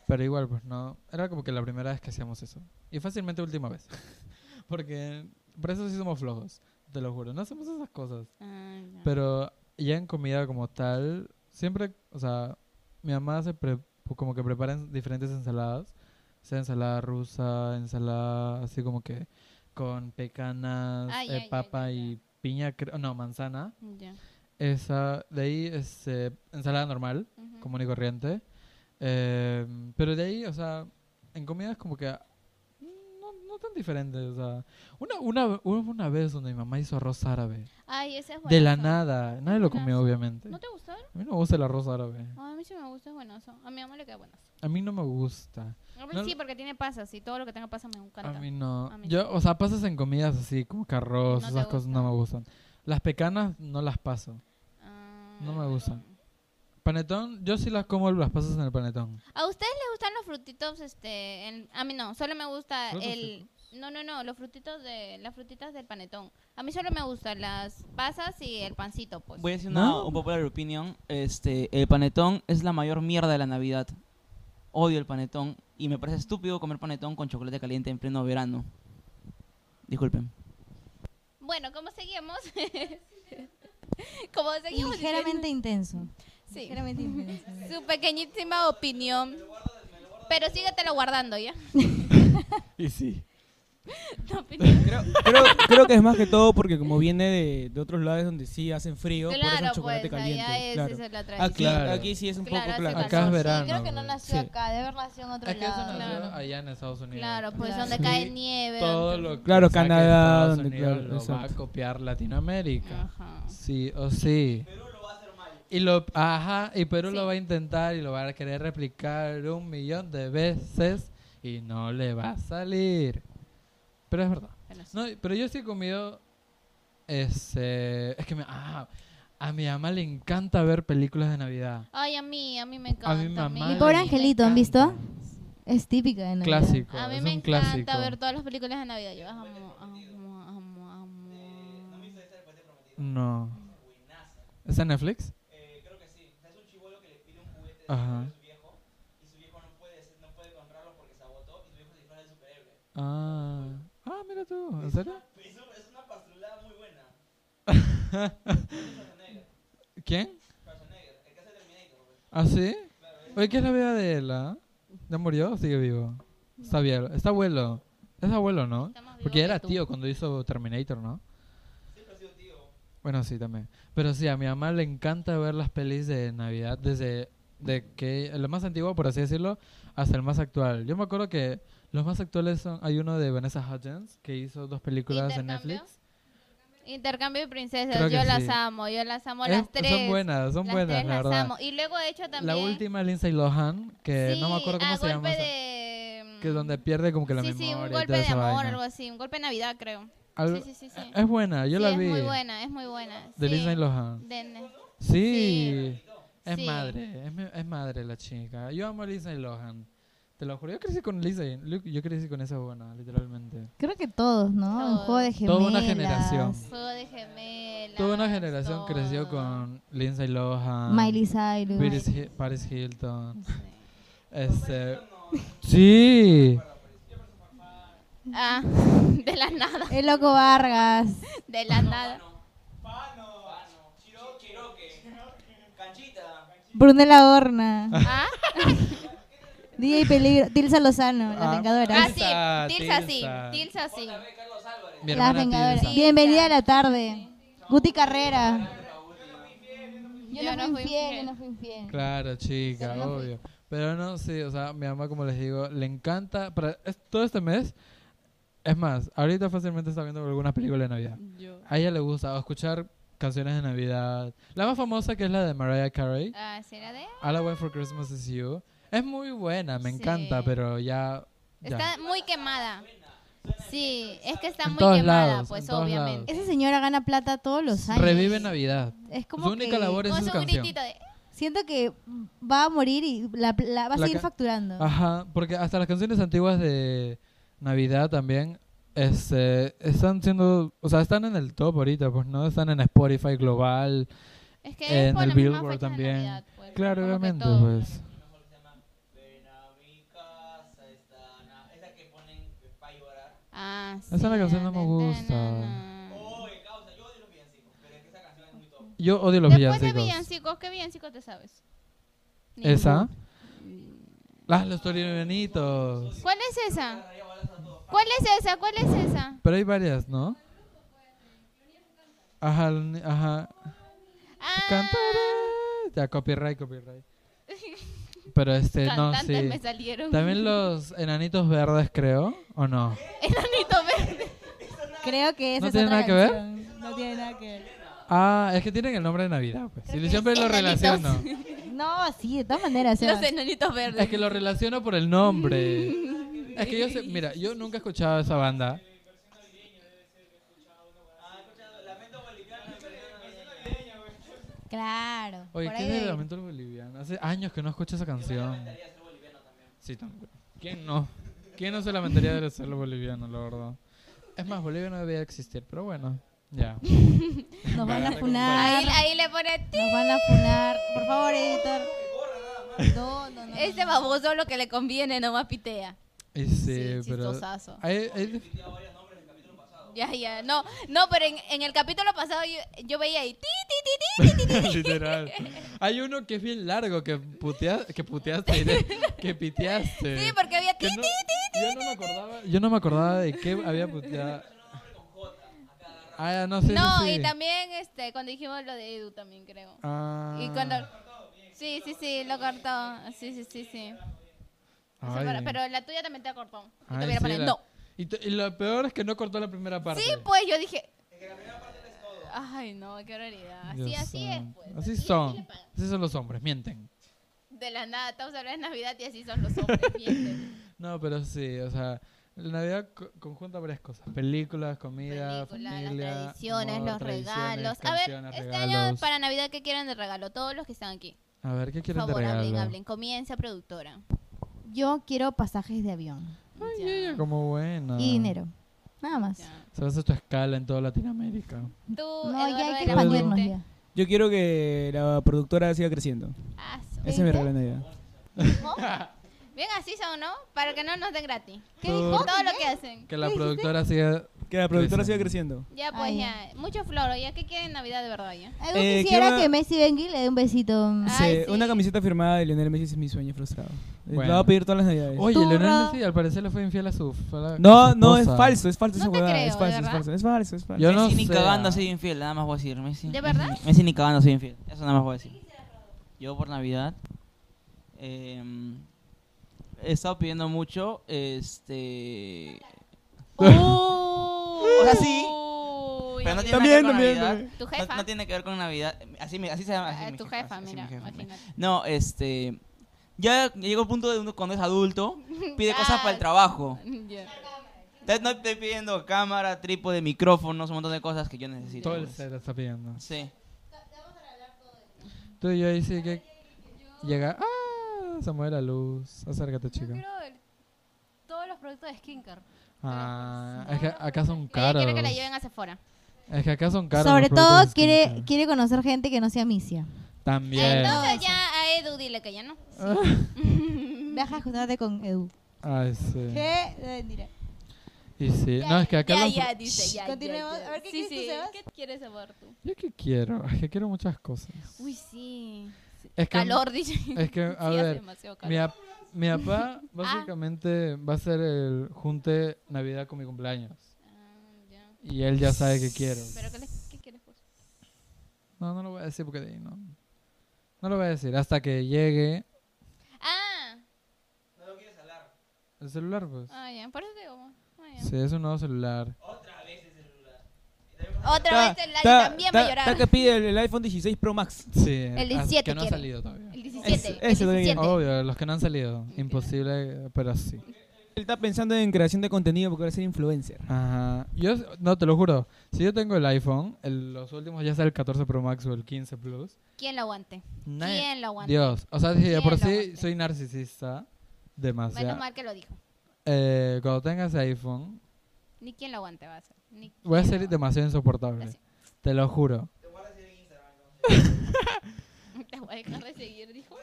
Speaker 2: Pero igual, pues no. Era como que la primera vez que hacíamos eso. Y fácilmente última vez. Porque por eso sí somos flojos, te lo juro. No hacemos esas cosas.
Speaker 1: Ah, ya.
Speaker 2: Pero ya en comida como tal, siempre, o sea, mi mamá se pre- pues, como que prepara en- diferentes ensaladas. Sea ensalada rusa, ensalada así como que con pecanas,
Speaker 1: Ah,
Speaker 2: eh,
Speaker 1: ya, ya,
Speaker 2: papa
Speaker 1: ya, ya.
Speaker 2: y piña, cre- no, manzana.
Speaker 1: Ya.
Speaker 2: Esa, de ahí es eh, ensalada normal,
Speaker 1: Ujú.
Speaker 2: común y corriente. Eh, pero de ahí, o sea, en comidas como que mm, no, no tan diferentes. O sea, una, una, hubo una vez donde mi mamá hizo arroz árabe.
Speaker 1: Ay, ese es bueno.
Speaker 2: de la nada. Nadie lo comió,
Speaker 1: buenazo.
Speaker 2: obviamente.
Speaker 1: ¿No te gustó?
Speaker 2: A mí no me gusta el arroz árabe.
Speaker 1: Ay, a mí sí me gusta, es buenazo. A mi mamá le queda buenazo.
Speaker 2: A mí no me gusta.
Speaker 1: A mí
Speaker 2: No,
Speaker 1: sí,
Speaker 2: no.
Speaker 1: porque tiene pasas y todo lo que tenga pasas me
Speaker 2: A
Speaker 1: encanta.
Speaker 2: mí no.
Speaker 1: A mí
Speaker 2: Yo, o sea, pasas en comidas así, como que arroz,
Speaker 1: No te
Speaker 2: esas cosas no
Speaker 1: gusta.
Speaker 2: me gustan. Las pecanas no las paso.
Speaker 1: Ah.
Speaker 2: No me gustan. Panetón, yo sí las como las pasas en el panetón.
Speaker 1: ¿A ustedes les gustan los frutitos? Este, en- a mí no, solo me gusta
Speaker 2: Frutos
Speaker 1: el, No, no, no, los frutitos de las frutitas del panetón. A mí solo me gustan las pasas y el pancito, pues.
Speaker 3: Voy a decir
Speaker 5: No.
Speaker 3: una un popular opinion. Este, el panetón es la mayor mierda de la Navidad. Odio el panetón y me parece estúpido comer panetón con chocolate caliente en pleno verano. Disculpen.
Speaker 1: Bueno, ¿cómo seguimos? como
Speaker 4: Y
Speaker 1: seguimos
Speaker 4: ligeramente intenso.
Speaker 1: Sí.
Speaker 4: Ligeramente intenso.
Speaker 1: diciendo su pequeñísima opinión. Pero síguetelo guardando, ¿ya?
Speaker 2: Y sí.
Speaker 1: Tu opinión.
Speaker 5: Creo, creo que es más que todo porque como viene de, de otros lados donde sí hacen frío, por eso el
Speaker 1: Claro,
Speaker 5: chocolate
Speaker 1: pues,
Speaker 5: caliente.
Speaker 1: allá es,
Speaker 5: claro. Ah,
Speaker 1: esa es la tradición.
Speaker 5: Aquí,
Speaker 2: Claro.
Speaker 5: aquí sí es un
Speaker 1: Claro,
Speaker 5: poco
Speaker 1: hace
Speaker 5: claro.
Speaker 1: calor.
Speaker 2: Acá es verano.
Speaker 4: creo que no
Speaker 2: güey.
Speaker 4: nació
Speaker 5: Sí.
Speaker 4: acá, de haber nació en otro
Speaker 2: Es que eso
Speaker 4: lado.
Speaker 2: nació
Speaker 1: Claro.
Speaker 2: allá en Estados Unidos.
Speaker 1: Claro, pues
Speaker 4: Claro.
Speaker 1: donde
Speaker 5: Sí.
Speaker 1: cae nieve.
Speaker 2: Todo
Speaker 1: donde-
Speaker 2: lo que
Speaker 5: Claro,
Speaker 2: saque
Speaker 5: Canadá,
Speaker 2: Estados
Speaker 5: donde-
Speaker 2: Unidos
Speaker 5: claro,
Speaker 2: lo va a
Speaker 5: exacto.
Speaker 2: copiar Latinoamérica.
Speaker 1: Ajá.
Speaker 2: Sí, o sí. Perú lo va a hacer mal. Y lo, ajá, y Perú
Speaker 1: Sí.
Speaker 2: lo va a intentar y lo va a querer replicar un millón de veces y no le va a salir. Pero es verdad.
Speaker 1: Bueno, sí.
Speaker 2: No, pero yo sí he comido. Este, es que me, ah, a mi mamá le encanta ver películas de Navidad.
Speaker 1: Ay, a mí, a mí me encanta.
Speaker 2: mamá
Speaker 4: Y
Speaker 2: Ay,
Speaker 4: por
Speaker 2: me
Speaker 4: Angelito, ¿han visto? Es típica de Navidad.
Speaker 2: Clásico.
Speaker 1: A mí
Speaker 2: es
Speaker 1: me
Speaker 2: un
Speaker 1: encanta
Speaker 2: clásico.
Speaker 1: ver todas las películas de Navidad. Yo las amo, amo, amo, amo.
Speaker 2: No. ¿Está en Netflix? Ajá. Ah. Ah, mira tú. ¿En serio? ¿Quién? ¿Ah, sí? Oye, ¿qué es la vida de él? ah? ¿Ya murió o sigue vivo? Está bien. Está abuelo. Es abuelo, ¿no?
Speaker 1: Está más vivo
Speaker 2: Porque
Speaker 1: que
Speaker 2: era
Speaker 1: tú.
Speaker 2: tío cuando hizo Terminator, ¿no? Bueno, sí, también. Pero sí, a mi mamá le encanta ver las pelis de Navidad desde de que lo más antiguo, por así decirlo, hasta el más actual. Yo me acuerdo que los más actuales son hay uno de Vanessa Hudgens que hizo dos películas en
Speaker 1: ¿Intercambio?
Speaker 2: Netflix.
Speaker 1: Intercambio de princesas,
Speaker 2: Creo que
Speaker 1: yo las
Speaker 2: sí.
Speaker 1: amo, yo las amo
Speaker 2: Es-
Speaker 1: las tres.
Speaker 2: Son buenas, son
Speaker 1: las
Speaker 2: buenas,
Speaker 1: tres
Speaker 2: la
Speaker 1: las
Speaker 2: verdad.
Speaker 1: amo. Y luego he hecho también.
Speaker 2: La última Lindsay Lohan, que
Speaker 1: sí,
Speaker 2: no me acuerdo
Speaker 1: a
Speaker 2: cómo se llama, esa-
Speaker 1: golpe de.
Speaker 2: que donde pierde como que la
Speaker 1: sí,
Speaker 2: memoria
Speaker 1: sí, un
Speaker 2: y
Speaker 1: golpe
Speaker 2: toda
Speaker 1: de
Speaker 2: esa
Speaker 1: amor,
Speaker 2: vaina.
Speaker 1: algo así, un golpe de Navidad, creo.
Speaker 2: Algo-
Speaker 1: Sí, sí, sí, sí.
Speaker 2: Es buena, yo
Speaker 1: Sí,
Speaker 2: la
Speaker 1: es
Speaker 2: vi.
Speaker 1: muy buena, es muy buena.
Speaker 2: De
Speaker 1: sí.
Speaker 2: Lindsay Lohan.
Speaker 1: De ne-
Speaker 2: Sí. Es
Speaker 1: Sí.
Speaker 2: madre, es, mi- es madre la chica. Yo amo a Lindsay Lohan. Te lo juro, yo crecí con Lindsay. Lu- Yo crecí con esa buena, literalmente.
Speaker 4: Creo que todos, ¿no? El
Speaker 1: Todos.
Speaker 4: juego de gemelas.
Speaker 2: Toda una generación.
Speaker 1: Fuego de gemelas.
Speaker 2: Toda una generación creció
Speaker 1: todo.
Speaker 2: con Lindsay Lohan.
Speaker 4: Miley Cyrus.
Speaker 2: Paris, Hi- Paris Hilton.
Speaker 1: Sí.
Speaker 2: Este. Sí.
Speaker 1: Ah, de la nada,
Speaker 4: El loco Vargas.
Speaker 1: de la nada.
Speaker 4: Brunella Horna.
Speaker 1: Ah,
Speaker 4: DJ Peligro. Tilsa Lozano, la
Speaker 2: Ah.
Speaker 4: vengadora.
Speaker 2: Tilsa,
Speaker 1: ah, sí, Tilsa sí,
Speaker 2: Tilsa.
Speaker 1: Tilsa sí.
Speaker 2: Mi
Speaker 4: la
Speaker 2: hermana
Speaker 4: vengadora.
Speaker 2: Tilsa.
Speaker 4: Bienvenida a la tarde. Guti Carrera.
Speaker 1: Yo no fui
Speaker 4: infiel,
Speaker 1: infiel.
Speaker 4: yo no fui infiel.
Speaker 2: Claro, chica, obvio. Pero no, sí, o sea, mi mamá, como les digo, le encanta. Para, es- todo este mes, es más, ahorita fácilmente está viendo alguna película de Navidad. A ella le gusta o escuchar canciones de Navidad. La más famosa que es la de Mariah Carey,
Speaker 1: Ah, sí, era de.
Speaker 2: All I Want for Christmas Is You. Es muy buena, me
Speaker 1: Sí.
Speaker 2: encanta, pero ya. ya.
Speaker 1: Está muy quemada. Sí, es que está
Speaker 2: En
Speaker 1: muy
Speaker 2: todos
Speaker 1: quemada,
Speaker 2: lados, en
Speaker 1: pues
Speaker 2: todos
Speaker 1: obviamente.
Speaker 4: Esa señora gana plata todos los años.
Speaker 2: Revive Navidad.
Speaker 4: Es como
Speaker 2: Su única
Speaker 4: que
Speaker 2: labor es
Speaker 1: Con
Speaker 2: esa
Speaker 1: su
Speaker 2: canción.
Speaker 1: gritito de.
Speaker 4: siento que va a morir y la, la va a
Speaker 2: La
Speaker 4: seguir
Speaker 2: ca- ah.
Speaker 4: facturando.
Speaker 2: Ajá, porque hasta las canciones antiguas de Navidad también este, están siendo, o sea, están en el top ahorita, pues no, están en Spotify global.
Speaker 1: Es que
Speaker 2: En
Speaker 1: es por
Speaker 2: el
Speaker 1: la misma
Speaker 2: Billboard
Speaker 1: fecha de
Speaker 2: también.
Speaker 1: Navidad, pues,
Speaker 2: Claro,
Speaker 1: como que
Speaker 2: obviamente,
Speaker 1: todo.
Speaker 2: pues.
Speaker 1: Ah,
Speaker 2: Esa es la canción que no me gusta. Yo odio los
Speaker 1: Después de
Speaker 2: villancicos.
Speaker 1: villancicos, ¿qué villancicos te sabes?
Speaker 2: Esa. Ah, los torianitos.
Speaker 1: ¿Cuál es esa? ¿Cuál es esa? ¿Cuál es esa?
Speaker 2: Pero hay varias, ¿no? Ajá, los ni- ajá.
Speaker 1: Ah,
Speaker 2: Cantaré. Ya, copyright, copyright. Pero este, no,
Speaker 1: cantantes
Speaker 2: sí.
Speaker 1: me salieron.
Speaker 2: También los enanitos verdes, creo, ¿o no?
Speaker 1: Enanito verde.
Speaker 4: Creo que esa
Speaker 2: ¿No
Speaker 4: es
Speaker 2: tiene
Speaker 4: otra
Speaker 2: nada que ver?
Speaker 4: canción. No tiene nada que ver.
Speaker 2: Ah, es que tienen el nombre de Navidad, pues. Sí, siempre lo
Speaker 1: enanitos.
Speaker 2: relaciono.
Speaker 4: No, sí, de todas maneras. Sebas.
Speaker 1: Los enanitos verdes.
Speaker 2: Es que lo relaciono por el nombre. Es que yo sé, mira, yo nunca he escuchado esa banda.
Speaker 4: Claro.
Speaker 2: Oye,
Speaker 4: por
Speaker 2: ¿qué
Speaker 4: ahí
Speaker 2: es el
Speaker 4: de-
Speaker 2: lamento del boliviano? Hace años que no escucho esa canción. Sí, también. ¿Quién no? ¿Quién no se lamentaría de ser boliviano, la verdad? Es más, Bolivia no debía existir, pero bueno, ya.
Speaker 4: Nos van a
Speaker 2: Agarra con
Speaker 4: funar.
Speaker 1: Ahí, ahí le pone ti.
Speaker 4: Nos van a funar. Por favor, editor. No, no, no.
Speaker 1: Este baboso lo que le conviene, nomás pitea.
Speaker 2: Y
Speaker 1: Sí,
Speaker 2: sí, Este, pero...
Speaker 1: chistosazo.
Speaker 2: Hay, hay dif-
Speaker 1: Ya, ya. No, no, pero en, en el capítulo pasado yo, yo veía ahí. Ti, ti, ti, ti, ti, ti, ti.
Speaker 2: Literal. Hay uno que es bien largo que, putea- que puteaste, diré, que piteaste.
Speaker 1: Sí, porque había ti,
Speaker 2: Que
Speaker 1: ti,
Speaker 2: no-
Speaker 1: ti.
Speaker 2: yo, no me acordaba, yo no me acordaba de qué había puteado. Ah, ya, no sé.
Speaker 1: No,
Speaker 2: sí, sí.
Speaker 1: y también este, cuando dijimos lo de Edu también, creo.
Speaker 2: Ah.
Speaker 1: Y cuando... Sí, sí, sí, lo cortó. Sí, sí, sí, sí. O sea,
Speaker 2: Ay.
Speaker 1: pero, pero la tuya también te cortó. Y te
Speaker 2: Ay,
Speaker 1: hubiera
Speaker 2: sí,
Speaker 1: ponido,
Speaker 2: la-
Speaker 1: no.
Speaker 2: Y, t- y lo peor es que no cortó la primera parte.
Speaker 1: Sí, pues yo dije... Ay, no, qué horroridad. Así,
Speaker 2: Dios
Speaker 1: así es,
Speaker 2: santo.
Speaker 1: pues.
Speaker 2: Así
Speaker 1: es que le
Speaker 2: son.
Speaker 1: pagan.
Speaker 2: Así son los hombres, mienten.
Speaker 1: De la nada, estamos hablando de Navidad y así son los hombres. mienten.
Speaker 2: No, pero sí, o sea, la Navidad co- conjunta varias cosas: películas, comida,
Speaker 1: Película,
Speaker 2: familia,
Speaker 1: las tradiciones,
Speaker 2: amor,
Speaker 1: los
Speaker 2: tradiciones,
Speaker 1: regalos. A ver,
Speaker 2: canciones,
Speaker 1: este año
Speaker 2: regalos.
Speaker 1: para Navidad, ¿qué quieren de regalo? Todos los que están aquí.
Speaker 2: A ver, ¿qué
Speaker 1: Por
Speaker 2: quieren
Speaker 1: favor,
Speaker 2: de regalo?
Speaker 1: hablen, hablen. Comienza, productora.
Speaker 4: Yo quiero pasajes de avión
Speaker 1: Ya,
Speaker 2: Como buena.
Speaker 4: y dinero. Nada más.
Speaker 1: ya.
Speaker 2: Se va a hacer tu escala en toda Latinoamérica.
Speaker 1: Tú,
Speaker 4: No,
Speaker 1: Eduardo,
Speaker 4: ya hay que
Speaker 1: de la
Speaker 4: expandirnos
Speaker 1: Fuente.
Speaker 4: ya.
Speaker 5: Yo quiero que la productora siga creciendo.
Speaker 1: Ah, su-
Speaker 5: Ese es mi regalo de Navidad.
Speaker 1: Bien así son, ¿no? Para que no nos den gratis.
Speaker 4: ¿Qué dijo?
Speaker 1: Todo lo que hacen.
Speaker 2: Que la productora siga.
Speaker 5: Que la productora siga
Speaker 2: Creciendo.
Speaker 5: creciendo.
Speaker 1: Ya, pues
Speaker 4: Ay.
Speaker 1: ya. Mucho floro. ¿Ya qué quieren en Navidad de verdad ya?
Speaker 4: Algo
Speaker 5: Eh,
Speaker 4: quisiera
Speaker 5: quiero-
Speaker 4: que Messi venga y le dé un besito.
Speaker 1: Ah,
Speaker 5: Sí,
Speaker 1: Ay, sí.
Speaker 5: Una camiseta firmada de Lionel Messi es mi sueño frustrado. Eh,
Speaker 2: Bueno.
Speaker 5: Lo va a pedir todas las Navidades.
Speaker 2: Oye,
Speaker 4: Turra.
Speaker 2: Leonel Messi al parecer le fue infiel a su. a la- a
Speaker 5: no,
Speaker 2: su
Speaker 5: no, es
Speaker 2: esposa.
Speaker 5: falso, es falso
Speaker 1: No
Speaker 5: esa
Speaker 1: te
Speaker 5: huevada,
Speaker 1: creo,
Speaker 5: Es
Speaker 1: ¿de
Speaker 5: falso, es
Speaker 1: verdad?
Speaker 5: falso, es falso, es falso.
Speaker 2: Yo no
Speaker 3: Messi ni
Speaker 2: sé. ah.
Speaker 3: cagando soy infiel, nada más voy a decir, Messi.
Speaker 1: ¿De verdad?
Speaker 3: Messi ni cagando soy infiel, eso nada más voy a decir. Yo por Navidad em, he estado pidiendo mucho, este...
Speaker 1: o
Speaker 3: sea, sí.
Speaker 1: Uy,
Speaker 3: Pero no
Speaker 1: Dios.
Speaker 3: tiene nada que ver
Speaker 5: También, también,
Speaker 3: con Navidad.
Speaker 1: Tu
Speaker 3: No-
Speaker 1: jefa.
Speaker 3: No, tiene que ver con Navidad. Así, me- así se llama. así
Speaker 1: Ah,
Speaker 3: mi
Speaker 1: tu jefa,
Speaker 3: así mi
Speaker 1: mira,
Speaker 3: jefa,
Speaker 1: imagínate.
Speaker 3: No, este... Ya llegó el punto de uno cuando es adulto, pide cosas
Speaker 1: Ah.
Speaker 3: para el trabajo.
Speaker 1: Ya.
Speaker 3: Entonces no estoy pidiendo cámara, trípode, micrófonos, un montón de cosas que yo necesito.
Speaker 2: Todo el
Speaker 3: pues.
Speaker 2: set está pidiendo.
Speaker 3: Sí.
Speaker 2: Tú y yo ahí sí que. Llega. ¡Ah! Se mueve la luz. Acércate,
Speaker 6: Yo
Speaker 2: chica.
Speaker 6: quiero el- todos los productos de skincare.
Speaker 2: Ah, es que acá son
Speaker 1: Ella
Speaker 2: caros.
Speaker 1: quiere que la lleven a Sephora.
Speaker 2: Es que acá son caros.
Speaker 4: Sobre
Speaker 2: los productos
Speaker 4: todo
Speaker 2: de
Speaker 4: quiere,
Speaker 2: skincare.
Speaker 4: quiere conocer gente que no sea misia.
Speaker 2: También.
Speaker 1: Entonces ya a Edu dile que ya no.
Speaker 4: Viaja a juntarte con Edu.
Speaker 2: Ay, sí.
Speaker 4: ¿Qué? Mentira.
Speaker 2: Y sí. No, es que acá
Speaker 1: Ya,
Speaker 2: los-
Speaker 1: ya, dice, ya. ya,
Speaker 4: Continuemos.
Speaker 1: ya.
Speaker 4: A ver, ¿qué
Speaker 1: sí,
Speaker 4: quieres tú,
Speaker 1: sí.
Speaker 4: Sebas?
Speaker 1: ¿Qué quieres saber tú?
Speaker 2: Yo qué quiero. Es que quiero muchas cosas.
Speaker 1: Uy, sí.
Speaker 2: Es que,
Speaker 1: calor, dice.
Speaker 2: Es que, a
Speaker 1: Sí, hace
Speaker 2: ver.
Speaker 1: demasiado calor. Ah.
Speaker 2: Mi, ap- mi papá básicamente va a hacer el junte Navidad con mi cumpleaños.
Speaker 1: Ah, ya.
Speaker 2: Y él ya sabe que quiero.
Speaker 1: ¿Pero qué, le- qué quieres por?
Speaker 2: No, no lo voy a decir porque de ahí no. No lo voy a decir hasta que llegue
Speaker 1: Ah,
Speaker 2: el celular, pues.
Speaker 1: ah, ya. Por eso te digo. ah, ya.
Speaker 2: Sí, es un nuevo celular.
Speaker 1: Otra vez el año también va a llorar.
Speaker 5: que pide el, el iPhone 16 Pro Max.
Speaker 2: Sí.
Speaker 1: El
Speaker 2: ah,
Speaker 1: 17
Speaker 2: Que no ha
Speaker 1: quiere.
Speaker 2: salido todavía.
Speaker 1: El 17.
Speaker 5: Ese- ese
Speaker 1: el
Speaker 5: todavía.
Speaker 1: 17.
Speaker 2: Obvio, los que no han salido. Imposible, pero sí.
Speaker 5: Él está pensando en creación de contenido porque va a ser influencer.
Speaker 2: Ajá. Yo, s- no, te lo juro. Si yo tengo el iPhone, el- los últimos ya sea el 14 Pro Max o el 15 Plus.
Speaker 1: ¿Quién lo aguante?
Speaker 2: nadie-
Speaker 1: ¿Quién lo aguante?
Speaker 2: Dios. O sea, si de
Speaker 1: ¿Quién
Speaker 2: por
Speaker 1: lo
Speaker 2: sí
Speaker 1: aguanta?
Speaker 2: soy narcisista. Demasiado.
Speaker 1: Menos mal que lo dijo.
Speaker 2: Eh, cuando tengas iPhone,
Speaker 1: Ni quién lo aguante va a ser. Ni
Speaker 2: voy a
Speaker 1: quién
Speaker 2: ser
Speaker 1: lo aguante.
Speaker 2: demasiado insoportable.
Speaker 1: Así.
Speaker 2: Te lo juro.
Speaker 1: Te voy a dejar de seguir, dijo.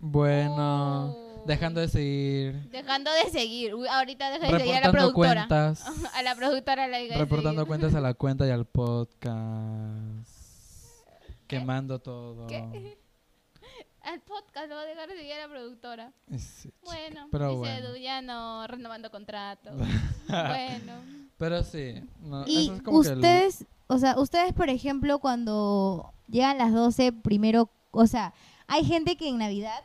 Speaker 2: Bueno,
Speaker 1: Uy.
Speaker 2: dejando de seguir,
Speaker 1: Mm. Dejando de seguir. Uy, ahorita deja de seguir a la
Speaker 2: reportando
Speaker 1: productora.
Speaker 2: cuentas,
Speaker 1: A la productora la diga. de
Speaker 2: reportando
Speaker 1: seguir.
Speaker 2: cuentas a la cuenta y al podcast, quemando todo.
Speaker 1: ¿Qué? Al podcast lo va a dejar de seguir a la productora.
Speaker 2: Y sí, chica.
Speaker 1: Bueno,
Speaker 2: pero
Speaker 1: dice
Speaker 2: bueno.
Speaker 1: Edu, ya no, renovando contrato. bueno.
Speaker 2: Pero sí, no,
Speaker 4: Y
Speaker 2: Ah, eso es como que el-
Speaker 4: ustedes, o sea, ustedes, por ejemplo, cuando llegan las 12, primero, o sea, hay gente que en Navidad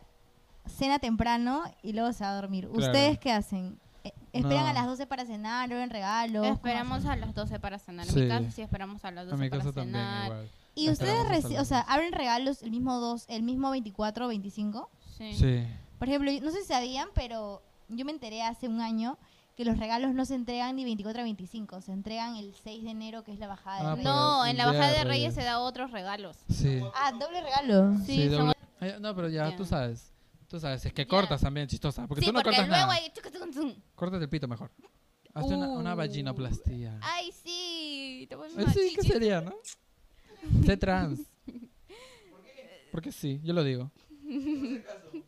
Speaker 4: cena temprano y luego se va a dormir.
Speaker 2: Claro.
Speaker 4: ¿Ustedes qué hacen? Eh, ¿Esperan
Speaker 2: No.
Speaker 4: a las 12 para cenar, ven regalos? ¿Cómo
Speaker 1: Esperamos
Speaker 4: hacen?
Speaker 1: a las 12 para cenar. En
Speaker 2: Sí.
Speaker 1: mi casa sí esperamos a las 12
Speaker 2: a mi
Speaker 1: para
Speaker 2: casa también
Speaker 1: cenar.
Speaker 2: igual.
Speaker 4: ¿Y ustedes,
Speaker 2: esperamos hasta
Speaker 4: reci-
Speaker 2: las
Speaker 4: o sea,
Speaker 2: 12.
Speaker 4: abren regalos el mismo 2, el mismo 24 o 25?
Speaker 1: Sí.
Speaker 2: Sí.
Speaker 4: Por ejemplo, yo- no sé si sabían, pero yo me enteré hace un año que los regalos no se entregan ni 24 a 25, se entregan el 6 de enero, que es la bajada de
Speaker 2: Ah,
Speaker 4: Reyes.
Speaker 1: No,
Speaker 2: Pero
Speaker 1: en la
Speaker 2: Día
Speaker 1: bajada
Speaker 2: de
Speaker 1: de Reyes
Speaker 2: Reyes.
Speaker 1: se da otros regalos.
Speaker 2: Sí.
Speaker 4: Ah, doble regalo.
Speaker 1: Sí, son-
Speaker 2: doble- Ay, No, pero ya
Speaker 1: Ya.
Speaker 2: tú sabes. Tú sabes, es que
Speaker 1: Ya.
Speaker 2: cortas también, chistosa. Porque
Speaker 1: sí,
Speaker 2: tú no
Speaker 1: porque
Speaker 2: cortas
Speaker 1: luego
Speaker 2: nada.
Speaker 1: hay... chucu, chucu, chucu.
Speaker 2: Córtate el pito mejor. Hazte una, una
Speaker 1: Uh.
Speaker 2: vaginoplastia.
Speaker 1: Ay, sí. Te pones
Speaker 2: Ay,
Speaker 1: una
Speaker 2: sí, ¿qué
Speaker 1: chichi.
Speaker 2: sería, no? Sé trans. Porque sí, yo lo digo.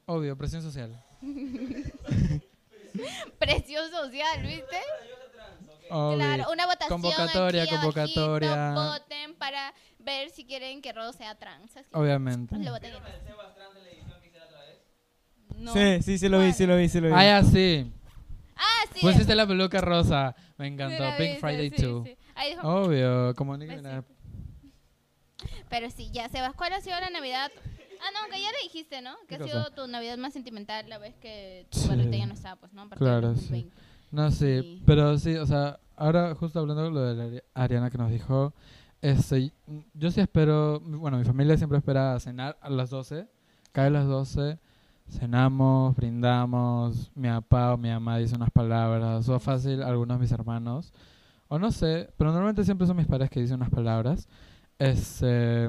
Speaker 2: Obvio, presión social.
Speaker 1: Presión social, ¿viste?
Speaker 2: Obvio.
Speaker 1: Claro, una votación
Speaker 2: Convocatoria,
Speaker 1: aquí abajito,
Speaker 2: convocatoria.
Speaker 1: voten para ver si quieren que Rodo sea trans. Así que
Speaker 2: Obviamente.
Speaker 1: lo voten. No.
Speaker 5: Sí, sí, sí lo vi, sí lo vi, sí lo vi.
Speaker 2: Ah, ya sí.
Speaker 1: Ah, sí.
Speaker 2: Pusiste la peluca rosa. pues Me
Speaker 1: sí,
Speaker 2: encantó.
Speaker 1: la vi,
Speaker 2: Pink
Speaker 1: sí,
Speaker 2: Friday
Speaker 1: sí,
Speaker 2: 2.
Speaker 1: sí. Ahí dijo,
Speaker 2: Obvio, como Nicki
Speaker 1: Pues
Speaker 2: Minaj.
Speaker 1: Pero sí, ya, Sebas, ¿cuál ha sido la Navidad? Ah, no, que ya le dijiste, ¿no? Que
Speaker 2: ¿Qué
Speaker 1: ha
Speaker 2: cosa?
Speaker 1: sido tu Navidad más sentimental la vez que tu
Speaker 2: Sí.
Speaker 1: perrita ya no estaba, pues, ¿no? A partir del
Speaker 2: Claro, sí.
Speaker 1: 2020.
Speaker 2: No, sí,
Speaker 1: Sí.
Speaker 2: pero sí, o sea, ahora justo hablando de lo de la Ari- Ariana que nos dijo, este, yo sí espero, bueno, mi familia siempre espera cenar a las 12, cae las 12, cenamos, brindamos, mi papá o mi mamá dice unas palabras, o fácil, algunos de mis hermanos, o no sé, pero normalmente siempre son mis padres que dicen unas palabras, este,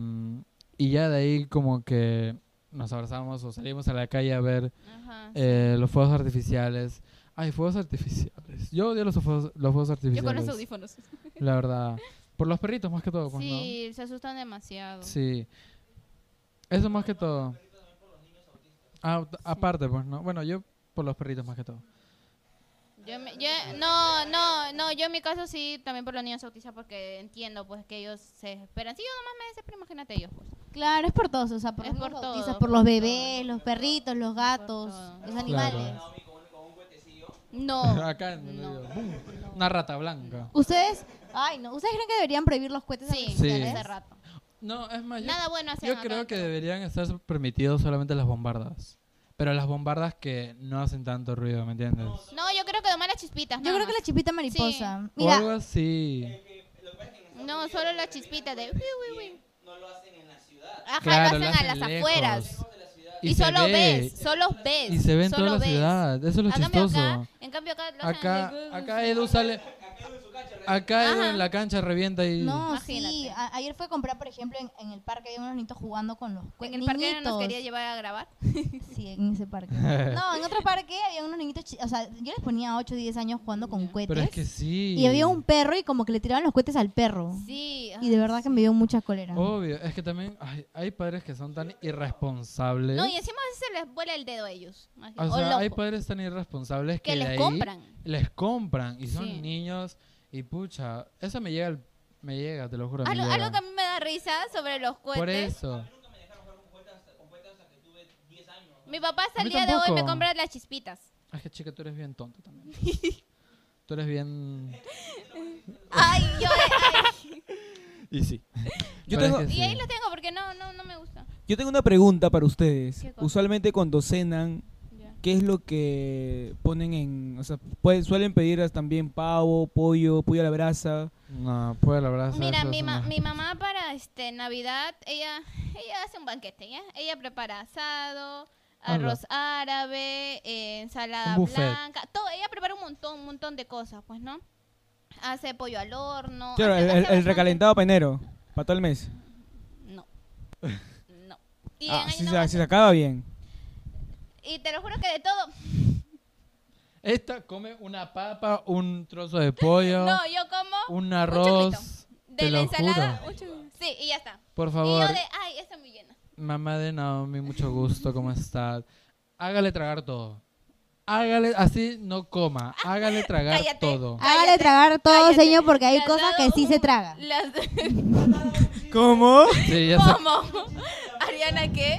Speaker 2: y ya de ahí como que nos abrazamos o salimos a la calle a ver
Speaker 1: Ajá.
Speaker 2: eh, los fuegos artificiales. Ay, fuegos artificiales. Yo odio los fuegos, los fuegos
Speaker 1: Yo con
Speaker 2: artificiales.
Speaker 1: los audífonos.
Speaker 2: La verdad. Por los perritos, más que todo, pues,
Speaker 1: Sí, se asustan demasiado.
Speaker 2: ¿no? Sí. Eso más que todo. Ah, t- aparte, pues, ¿no? Bueno, yo por los perritos más que todo.
Speaker 1: Yo me- yo- no, no, no, yo en mi caso sí, también por los niños autistas, porque entiendo, pues, que ellos se desesperan. Sí, yo nomás me desespero, imagínate ellos, pues.
Speaker 4: Claro, es por todos, o sea, por,
Speaker 1: Es
Speaker 4: los
Speaker 1: por
Speaker 4: niños
Speaker 1: todo,
Speaker 4: autistas, por
Speaker 1: por
Speaker 4: los
Speaker 1: todo.
Speaker 4: bebés, los perritos, los gatos,
Speaker 1: todo.
Speaker 4: los animales.
Speaker 1: No.
Speaker 2: Acá en el
Speaker 1: no.
Speaker 2: medio, ¡bum! Una rata blanca.
Speaker 4: Ustedes, ay no, ¿ustedes creen que deberían prohibir los cohetes
Speaker 1: Sí,
Speaker 2: Sí.
Speaker 1: hace
Speaker 4: artificiales?
Speaker 1: rato.
Speaker 2: No, es más, yo,
Speaker 1: Nada bueno hacen
Speaker 2: yo
Speaker 1: acá.
Speaker 2: creo que deberían estar permitidos solamente las bombardas. Pero las bombardas que no hacen tanto ruido, ¿me entiendes?
Speaker 1: No, yo creo que domar las chispitas.
Speaker 4: Yo
Speaker 1: nada
Speaker 4: creo que
Speaker 1: más.
Speaker 4: la chipita mariposa.
Speaker 2: O algo
Speaker 4: Mira,
Speaker 2: así.
Speaker 1: No, solo las chispitas de.
Speaker 3: No lo hacen en la ciudad.
Speaker 1: Ajá,
Speaker 2: Claro,
Speaker 1: lo
Speaker 2: lo
Speaker 1: hacen a
Speaker 2: hacen
Speaker 1: las
Speaker 2: lejos.
Speaker 1: afueras. Y,
Speaker 2: se
Speaker 1: solo
Speaker 2: ve.
Speaker 1: ves, solo ves.
Speaker 2: Y se ve en
Speaker 1: solo
Speaker 2: toda la
Speaker 1: ves.
Speaker 2: ciudad. Eso es lo
Speaker 1: En cambio
Speaker 2: chistoso.
Speaker 1: acá, en cambio acá, lo hacen
Speaker 2: Acá,
Speaker 1: de-
Speaker 2: acá Edu sale. Acá Edu
Speaker 1: Ajá.
Speaker 2: en la cancha revienta y.
Speaker 4: no,
Speaker 1: Imagínate.
Speaker 4: sí. a- ayer fue a comprar, por ejemplo, en, en el parque, había unos niños jugando con los
Speaker 1: En
Speaker 4: cohetes.
Speaker 1: el parque no nos quería llevar a grabar.
Speaker 4: Sí, en ese parque. No, en otro parque había unos niñitos, chi- o sea, yo les ponía 8 o 10 años jugando con cohetes.
Speaker 2: Pero es que sí.
Speaker 4: Y había un perro y como que le tiraban los cohetes al perro.
Speaker 1: Sí.
Speaker 4: Y de verdad que me dio mucha cólera.
Speaker 2: Obvio, es que también ay, hay padres que son tan irresponsables.
Speaker 1: No, y encima a veces se les vuela el dedo a ellos. imagínate,
Speaker 2: o
Speaker 1: o
Speaker 2: sea,
Speaker 1: loco,
Speaker 2: hay padres tan irresponsables que,
Speaker 1: que
Speaker 2: de
Speaker 1: les
Speaker 2: ahí
Speaker 1: compran.
Speaker 2: les compran y son
Speaker 1: Sí.
Speaker 2: niños y pucha, eso me llega, al- me llega, te lo juro. me
Speaker 1: Algo,
Speaker 2: llega.
Speaker 1: algo que a mí me da risa sobre los
Speaker 2: Por
Speaker 1: cohetes.
Speaker 2: eso.
Speaker 1: Mi papá hasta
Speaker 2: A
Speaker 1: el
Speaker 2: mí
Speaker 1: día de hoy me
Speaker 2: tampoco.
Speaker 1: compra las chispitas.
Speaker 2: Es que chica, tú eres bien tonto también. tú eres bien.
Speaker 1: Ay, yo.
Speaker 2: Y sí.
Speaker 5: Yo
Speaker 2: Pero es
Speaker 5: tengo-
Speaker 2: que
Speaker 1: y ahí
Speaker 2: sí.
Speaker 1: lo tengo porque no, no, no me gusta.
Speaker 5: Yo tengo una pregunta para ustedes.
Speaker 1: ¿Qué cosa?
Speaker 5: Usualmente cuando cenan,
Speaker 1: Ya.
Speaker 5: ¿qué es lo que ponen en... O sea, pueden- suelen pedir as- también pavo, pollo, pollo a la brasa.
Speaker 2: No, puede la verdad.
Speaker 1: Mira,
Speaker 2: eso
Speaker 1: mi,
Speaker 2: es
Speaker 1: ma-
Speaker 2: una-
Speaker 1: mi mamá para este Navidad, ella, ella hace un banquete, ¿ya? Ella prepara asado,
Speaker 2: Ala.
Speaker 1: arroz árabe, eh, ensalada
Speaker 2: Un buffet.
Speaker 1: blanca, todo. Ella prepara un montón, un montón de cosas, pues, ¿no? Hace pollo al horno.
Speaker 5: Claro,
Speaker 1: hace-
Speaker 5: el, el-
Speaker 1: hace
Speaker 5: el
Speaker 1: bastante-
Speaker 5: recalentado para enero, para todo el mes.
Speaker 1: No. No. Y, en
Speaker 5: Ah,
Speaker 1: Año
Speaker 5: si,
Speaker 1: Nuevo-
Speaker 5: se, si se acaba bien.
Speaker 1: y te lo juro que de todo.
Speaker 2: Esta come una papa, un trozo de pollo,
Speaker 1: No, yo como
Speaker 2: un arroz.
Speaker 1: de
Speaker 2: te
Speaker 1: la
Speaker 2: lo
Speaker 1: ensalada.
Speaker 2: juro.
Speaker 1: un churro- Sí, y ya está.
Speaker 2: Por
Speaker 1: Y
Speaker 2: favor,
Speaker 1: yo de, ay, esta muy llena.
Speaker 2: mamá de Naomi, mucho gusto, ¿cómo estás? Hágale tragar todo. Hágale, así no coma. Hágale tragar
Speaker 1: Cállate. Ah,
Speaker 2: todo.
Speaker 4: Hágale
Speaker 1: Cállate,
Speaker 4: tragar todo,
Speaker 1: cállate.
Speaker 4: señor, porque hay
Speaker 1: Le has
Speaker 4: cosas que
Speaker 1: dado
Speaker 4: sí se
Speaker 1: un-
Speaker 4: traga.
Speaker 1: le has-
Speaker 5: ¿Cómo?
Speaker 2: Sí, ya sé.
Speaker 1: ¿Cómo? ¿Ariana qué?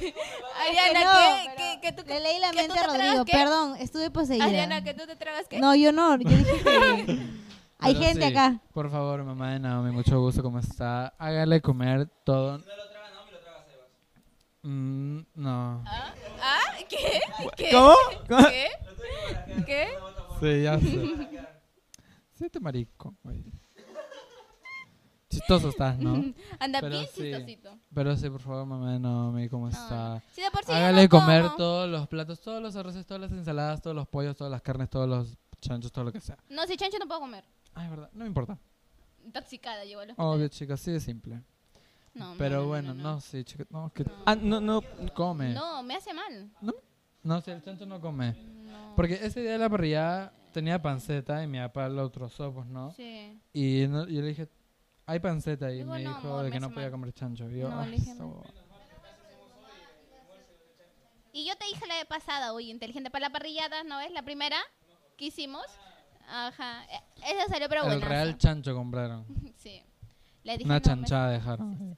Speaker 1: ¿Ariana
Speaker 4: No,
Speaker 1: qué?
Speaker 4: pero
Speaker 1: ¿Qué- qué tú-
Speaker 4: Le leí la
Speaker 1: que tú
Speaker 4: mente
Speaker 1: te
Speaker 4: a
Speaker 1: tragas
Speaker 4: Rodrigo,
Speaker 1: qué?
Speaker 4: perdón, estuve poseída.
Speaker 1: ¿Ariana que tú te tragas qué?
Speaker 4: No, yo no, yo dije que- Hay
Speaker 2: Pero
Speaker 4: gente
Speaker 2: sí,
Speaker 4: acá.
Speaker 2: Por favor, mamá de Naomi, mucho gusto, ¿cómo está? Hágale comer todo. Mm, no.
Speaker 1: ¿Ah? ¿Ah? ¿Qué? ¿Qué?
Speaker 5: ¿Cómo? ¿Cómo?
Speaker 1: ¿Qué? ¿Qué?
Speaker 2: Sí, ya sé. Sí, te marico, güey. Chistoso estás, ¿no?
Speaker 1: Anda
Speaker 2: Pero
Speaker 1: bien
Speaker 2: sí.
Speaker 1: chistosito.
Speaker 2: Pero sí, por favor, mamá de Naomi, ¿cómo
Speaker 1: No,
Speaker 2: está?
Speaker 1: no. Sí, de por sí yo
Speaker 2: Hágale
Speaker 1: no
Speaker 2: comer
Speaker 1: como.
Speaker 2: todos los platos, todos los arroces, todas las ensaladas, todos los pollos, todas las carnes, todos los chanchos, todo lo que sea.
Speaker 1: No, si chancho no puedo comer.
Speaker 2: Ay, verdad, no me importa.
Speaker 1: Intoxicada llevo a los.
Speaker 2: Obvio, chicas, sí de simple.
Speaker 1: No, no,
Speaker 2: Oh, Pero
Speaker 1: no, no,
Speaker 2: bueno,
Speaker 1: no,
Speaker 2: no,
Speaker 1: no.
Speaker 2: sí, chica, no, que
Speaker 1: No.
Speaker 5: Ah, no, no.
Speaker 2: come. No,
Speaker 1: No, me hace mal.
Speaker 2: si el chancho no come.
Speaker 1: No.
Speaker 2: Porque ese día de la parrillada tenía panceta y mi papá lo trozó, pues no.
Speaker 1: Sí.
Speaker 2: Y no- yo le dije, hay panceta y
Speaker 1: Digo,
Speaker 2: me
Speaker 1: "No,
Speaker 2: dijo
Speaker 1: amor,
Speaker 2: de
Speaker 1: me
Speaker 2: que no
Speaker 1: hace
Speaker 2: podía
Speaker 1: mal".
Speaker 2: comer chancho. Y yo,
Speaker 1: No,
Speaker 2: "Ah,
Speaker 1: le dije,
Speaker 2: esta
Speaker 1: "Me-
Speaker 2: huevada".
Speaker 1: Y yo te dije la de pasada, oye, inteligente para la parrillada, ¿no es? La primera que hicimos. Ajá. E- Esa salió, pero
Speaker 2: el
Speaker 1: bueno.
Speaker 2: real chancho compraron.
Speaker 1: Sí. Le dije,
Speaker 2: Una
Speaker 1: "No, me-
Speaker 2: chanchada dejaron.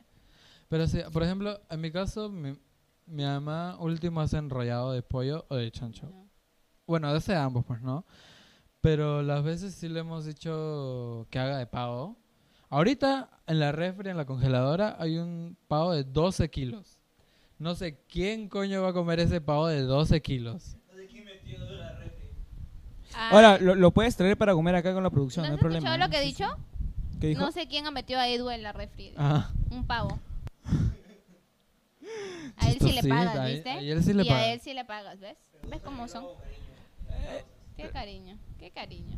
Speaker 2: Pero sí, por ejemplo, en mi caso, mi, mi mamá último hace enrollado de pollo o de chancho.
Speaker 1: No.
Speaker 2: Bueno, hace ambos, pues, ¿no? Pero las veces sí le hemos dicho que haga de pavo. Ahorita en la refri, en la congeladora, hay un pavo de 12 kilos. No sé quién coño va a comer ese pavo de 12 kilos.
Speaker 1: Ah,
Speaker 5: Ahora, lo, lo puedes traer para comer acá con la
Speaker 1: ¿No
Speaker 5: producción,
Speaker 1: has
Speaker 5: no hay
Speaker 1: escuchado
Speaker 5: problema.
Speaker 1: lo que he
Speaker 5: Sí, sí.
Speaker 1: dicho?
Speaker 5: ¿Qué dijo?
Speaker 1: No sé quién ha metido a Edu en la refri.
Speaker 2: Ah,
Speaker 1: Un pavo. A él sí le
Speaker 2: chistosita,
Speaker 1: pagas,
Speaker 2: ahí-
Speaker 1: ¿viste?
Speaker 2: ahí él sí le
Speaker 1: y
Speaker 2: paga.
Speaker 1: a él sí le pagas, ¿ves? ¿Ves cómo son? Qué cariño, qué cariño.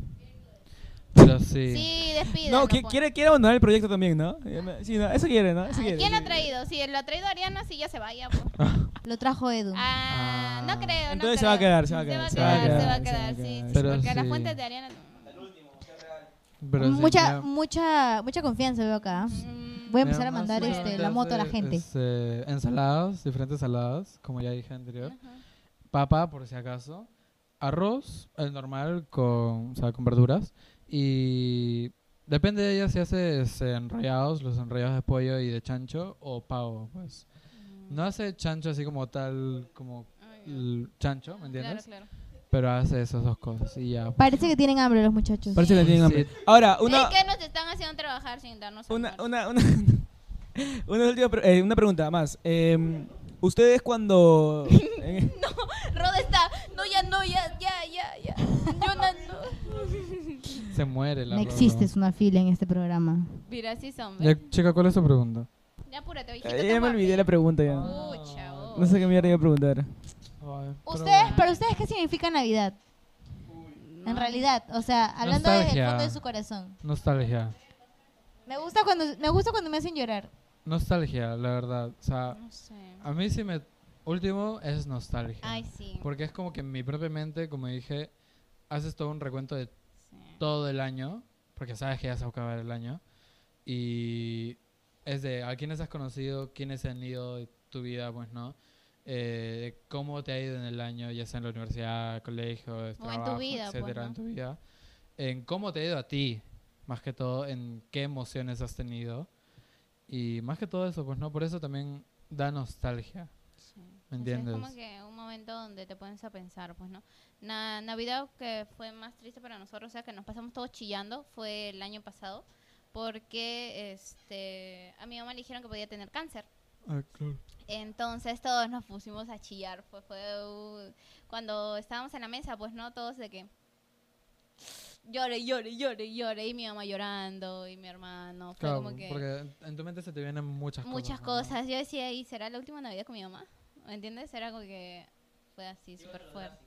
Speaker 2: Pero
Speaker 1: Sí, pues.
Speaker 2: sí.
Speaker 1: despide.
Speaker 5: No, qui- quiere, quiere abandonar el proyecto también, ¿no? Eh, me- Sí, no, eso quiere, ¿no? Eso quiere,
Speaker 1: ¿Quién lo ha
Speaker 5: sí.
Speaker 1: traído? Si lo ha traído Ariana, sí ya se vaya. pues.
Speaker 4: Lo trajo Edu.
Speaker 1: Ah, no
Speaker 2: Ah.
Speaker 1: creo. no
Speaker 5: Entonces se va a
Speaker 1: creo.
Speaker 5: quedar, se va a quedar,
Speaker 1: Se va a quedar, se va a quedar, sí. sí,
Speaker 2: Pero
Speaker 1: porque las
Speaker 2: sí.
Speaker 1: fuentes de Ariana.
Speaker 2: pero sí,
Speaker 4: mucha,
Speaker 2: mi-
Speaker 4: mucha, mucha confianza veo acá. ¿ah?
Speaker 1: Mm,
Speaker 4: Voy a
Speaker 2: Mi
Speaker 4: empezar a
Speaker 2: mamá
Speaker 4: mandar
Speaker 1: sí
Speaker 4: este,
Speaker 2: solamente
Speaker 4: la moto a la
Speaker 2: hace,
Speaker 4: gente.
Speaker 2: este, ensaladas, diferentes ensaladas, como ya dije anterior. Papa, por si acaso. Arroz, el normal, con, o sea, con verduras. Y depende de ella si hace este, enrollados, los enrollados de pollo y de chancho o pavo, pues.
Speaker 4: Mm.
Speaker 2: No hace chancho así como tal, como
Speaker 1: Ay, no.
Speaker 2: el chancho, ¿me
Speaker 1: Claro,
Speaker 2: entiendes?
Speaker 1: claro.
Speaker 2: Pero hace esas dos cosas y ya. Pues
Speaker 4: Parece que tienen hambre los muchachos.
Speaker 5: Parece que tienen hambre.
Speaker 2: Sí.
Speaker 5: Ahora, una,
Speaker 1: Es que nos están haciendo trabajar sin darnos
Speaker 5: una,
Speaker 1: amor.
Speaker 5: una, una, una última pre- eh, una pregunta más. Eh, Ustedes cuando... eh, en-
Speaker 1: Rod está. No, ya, no, ya, ya, ya, ya. Yo no. no.
Speaker 2: Se muere la
Speaker 4: No
Speaker 2: ropa.
Speaker 4: existe una fila en este programa.
Speaker 1: Mira, sí son. ¿ves?
Speaker 2: Ya, chica, ¿cuál es tu pregunta?
Speaker 1: Ya apúrate, hijito.
Speaker 5: Eh,
Speaker 1: te
Speaker 5: ya me
Speaker 1: voy a
Speaker 5: olvidé la
Speaker 1: pedir.
Speaker 5: pregunta ya.
Speaker 1: Pucha, oh. vos.
Speaker 5: No sé qué mierda iba a preguntar.
Speaker 2: Ay, pero
Speaker 4: Ustedes,
Speaker 2: bueno.
Speaker 4: para ustedes, ¿qué significa Navidad? En realidad, o sea, hablando desde
Speaker 2: Nostalgia.
Speaker 4: el fondo de su corazón.
Speaker 2: Nostalgia.
Speaker 4: Me gusta cuando me gusta cuando me hacen llorar.
Speaker 2: Nostalgia, la verdad. O sea,
Speaker 1: No sé.
Speaker 2: a mí sí me... Último es nostalgia.
Speaker 1: Ay, sí.
Speaker 2: Porque es como que en mi propia mente, como dije, haces todo un recuento de
Speaker 1: sí.
Speaker 2: todo el año, porque sabes que ya se va a acabar el año, y es de a quiénes has conocido, quiénes se han ido de tu vida, pues no, Eh, cómo te ha ido en el año, ya sea en la universidad, colegio, trabajo,
Speaker 1: vida, pues,
Speaker 2: etcétera,
Speaker 1: ¿no?
Speaker 2: en tu vida, en cómo te ha ido a ti, más que todo, en qué emociones has tenido, y más que todo eso, pues no, por eso también da nostalgia.
Speaker 1: Sí.
Speaker 2: ¿Me
Speaker 1: O sea,
Speaker 2: entiendes?
Speaker 1: es como que un momento donde te pones a pensar, pues, ¿no? Na- Navidad que fue más triste para nosotros, o sea, que nos pasamos todos chillando, fue el año pasado, porque este, a mi mamá le dijeron que podía tener cáncer. Entonces todos nos pusimos a chillar, pues fue uh, cuando estábamos en la mesa, pues no todos de que llore, llore, llore, llore y mi mamá llorando y mi hermano, fue
Speaker 2: Claro,
Speaker 1: como que
Speaker 2: porque en tu mente se te vienen muchas cosas.
Speaker 1: muchas
Speaker 2: ¿no?
Speaker 1: cosas. Yo decía, ¿y será la última Navidad con mi mamá? ¿Me entiendes? Era como que fue así, súper fuerte.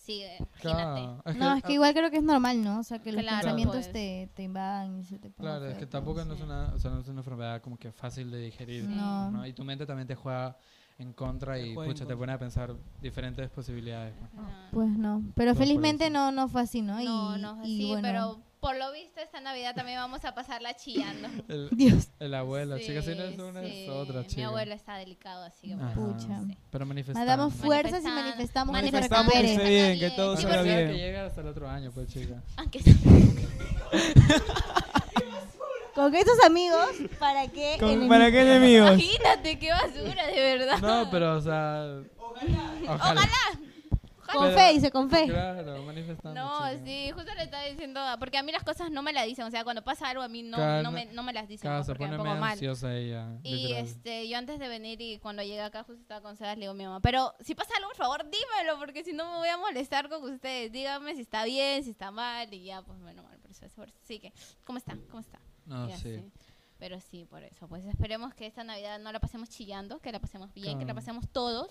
Speaker 1: Sí, eh, imagínate.
Speaker 2: Claro, es ah,
Speaker 4: No, es que igual creo que es normal, ¿no? O sea, que los
Speaker 1: Claro,
Speaker 4: pensamientos
Speaker 1: pues.
Speaker 4: te, te invadan y se te ponen
Speaker 2: Claro, es
Speaker 4: feo
Speaker 2: que
Speaker 4: todo.
Speaker 2: tampoco no es,
Speaker 1: sí.
Speaker 2: una, o sea, no es una enfermedad como que fácil de digerir.
Speaker 4: No.
Speaker 2: ¿no? Y tu mente también te juega en contra y
Speaker 5: juega en
Speaker 2: pucha, te
Speaker 5: contra.
Speaker 2: pone a pensar diferentes posibilidades. pues, ¿no?
Speaker 1: Ah.
Speaker 4: Pues no, pero
Speaker 2: No, por
Speaker 4: felizmente
Speaker 2: eso.
Speaker 4: no no fue así, ¿no? Y,
Speaker 1: No, no es
Speaker 4: y
Speaker 1: así,
Speaker 4: bueno,
Speaker 1: pero por lo visto esta Navidad también vamos a pasarla chillando.
Speaker 2: El,
Speaker 4: Dios,
Speaker 2: el abuelo,
Speaker 1: Sí,
Speaker 2: chica, si no es una,
Speaker 1: sí.
Speaker 2: es otra,
Speaker 1: Mi
Speaker 2: chica.
Speaker 1: abuelo está delicado, así que
Speaker 2: Ajá.
Speaker 1: bueno.
Speaker 4: pucha.
Speaker 1: Sí.
Speaker 2: Pero manifestando.
Speaker 4: Mandamos fuerzas y
Speaker 1: Manifestando.
Speaker 4: manifestamos,
Speaker 5: Manifestamos
Speaker 4: que se
Speaker 5: que esté
Speaker 4: recupere.
Speaker 5: bien, que todo
Speaker 2: O
Speaker 1: Sí,
Speaker 2: sea,
Speaker 5: salga
Speaker 1: porque-
Speaker 2: sea
Speaker 5: bien.
Speaker 2: que llega hasta el otro año, pues, chica.
Speaker 1: Aunque sea-
Speaker 4: Con estos amigos, ¿para qué?
Speaker 5: Con-
Speaker 4: enemigos?
Speaker 5: ¿Para qué enemigos?
Speaker 1: Imagínate, qué basura, de verdad.
Speaker 2: No, pero, o sea... Ojalá.
Speaker 4: Con
Speaker 2: Pero-
Speaker 4: fe, dice, con fe.
Speaker 2: Claro, manifestando,
Speaker 1: No,
Speaker 2: chica.
Speaker 1: sí, justo le estaba diciendo, a- porque a mí las cosas no me las dicen, o sea, cuando pasa algo a mí no,
Speaker 2: Cada-
Speaker 1: no, me, no me las dicen,
Speaker 2: Cada
Speaker 1: pues,
Speaker 2: se
Speaker 1: porque
Speaker 2: pone
Speaker 1: me pongo
Speaker 2: medio
Speaker 1: mal.
Speaker 2: ansiosa ella,
Speaker 1: Y
Speaker 2: literal.
Speaker 1: este, yo antes de venir y cuando llegué acá justo estaba con Sebas, le digo a mi mamá, pero si pasa algo, por favor, dímelo, porque si no me voy a molestar con ustedes, dígame si está bien, si está mal, y ya, pues bueno, mal, por eso, por eso, sí que, ¿cómo está? ¿Cómo está?
Speaker 2: No,
Speaker 1: Y
Speaker 2: Ah, sí.
Speaker 1: así. Pero sí, por eso, pues esperemos que esta Navidad no la pasemos chillando, que la pasemos bien, que la
Speaker 2: Claro.
Speaker 1: pasemos todos,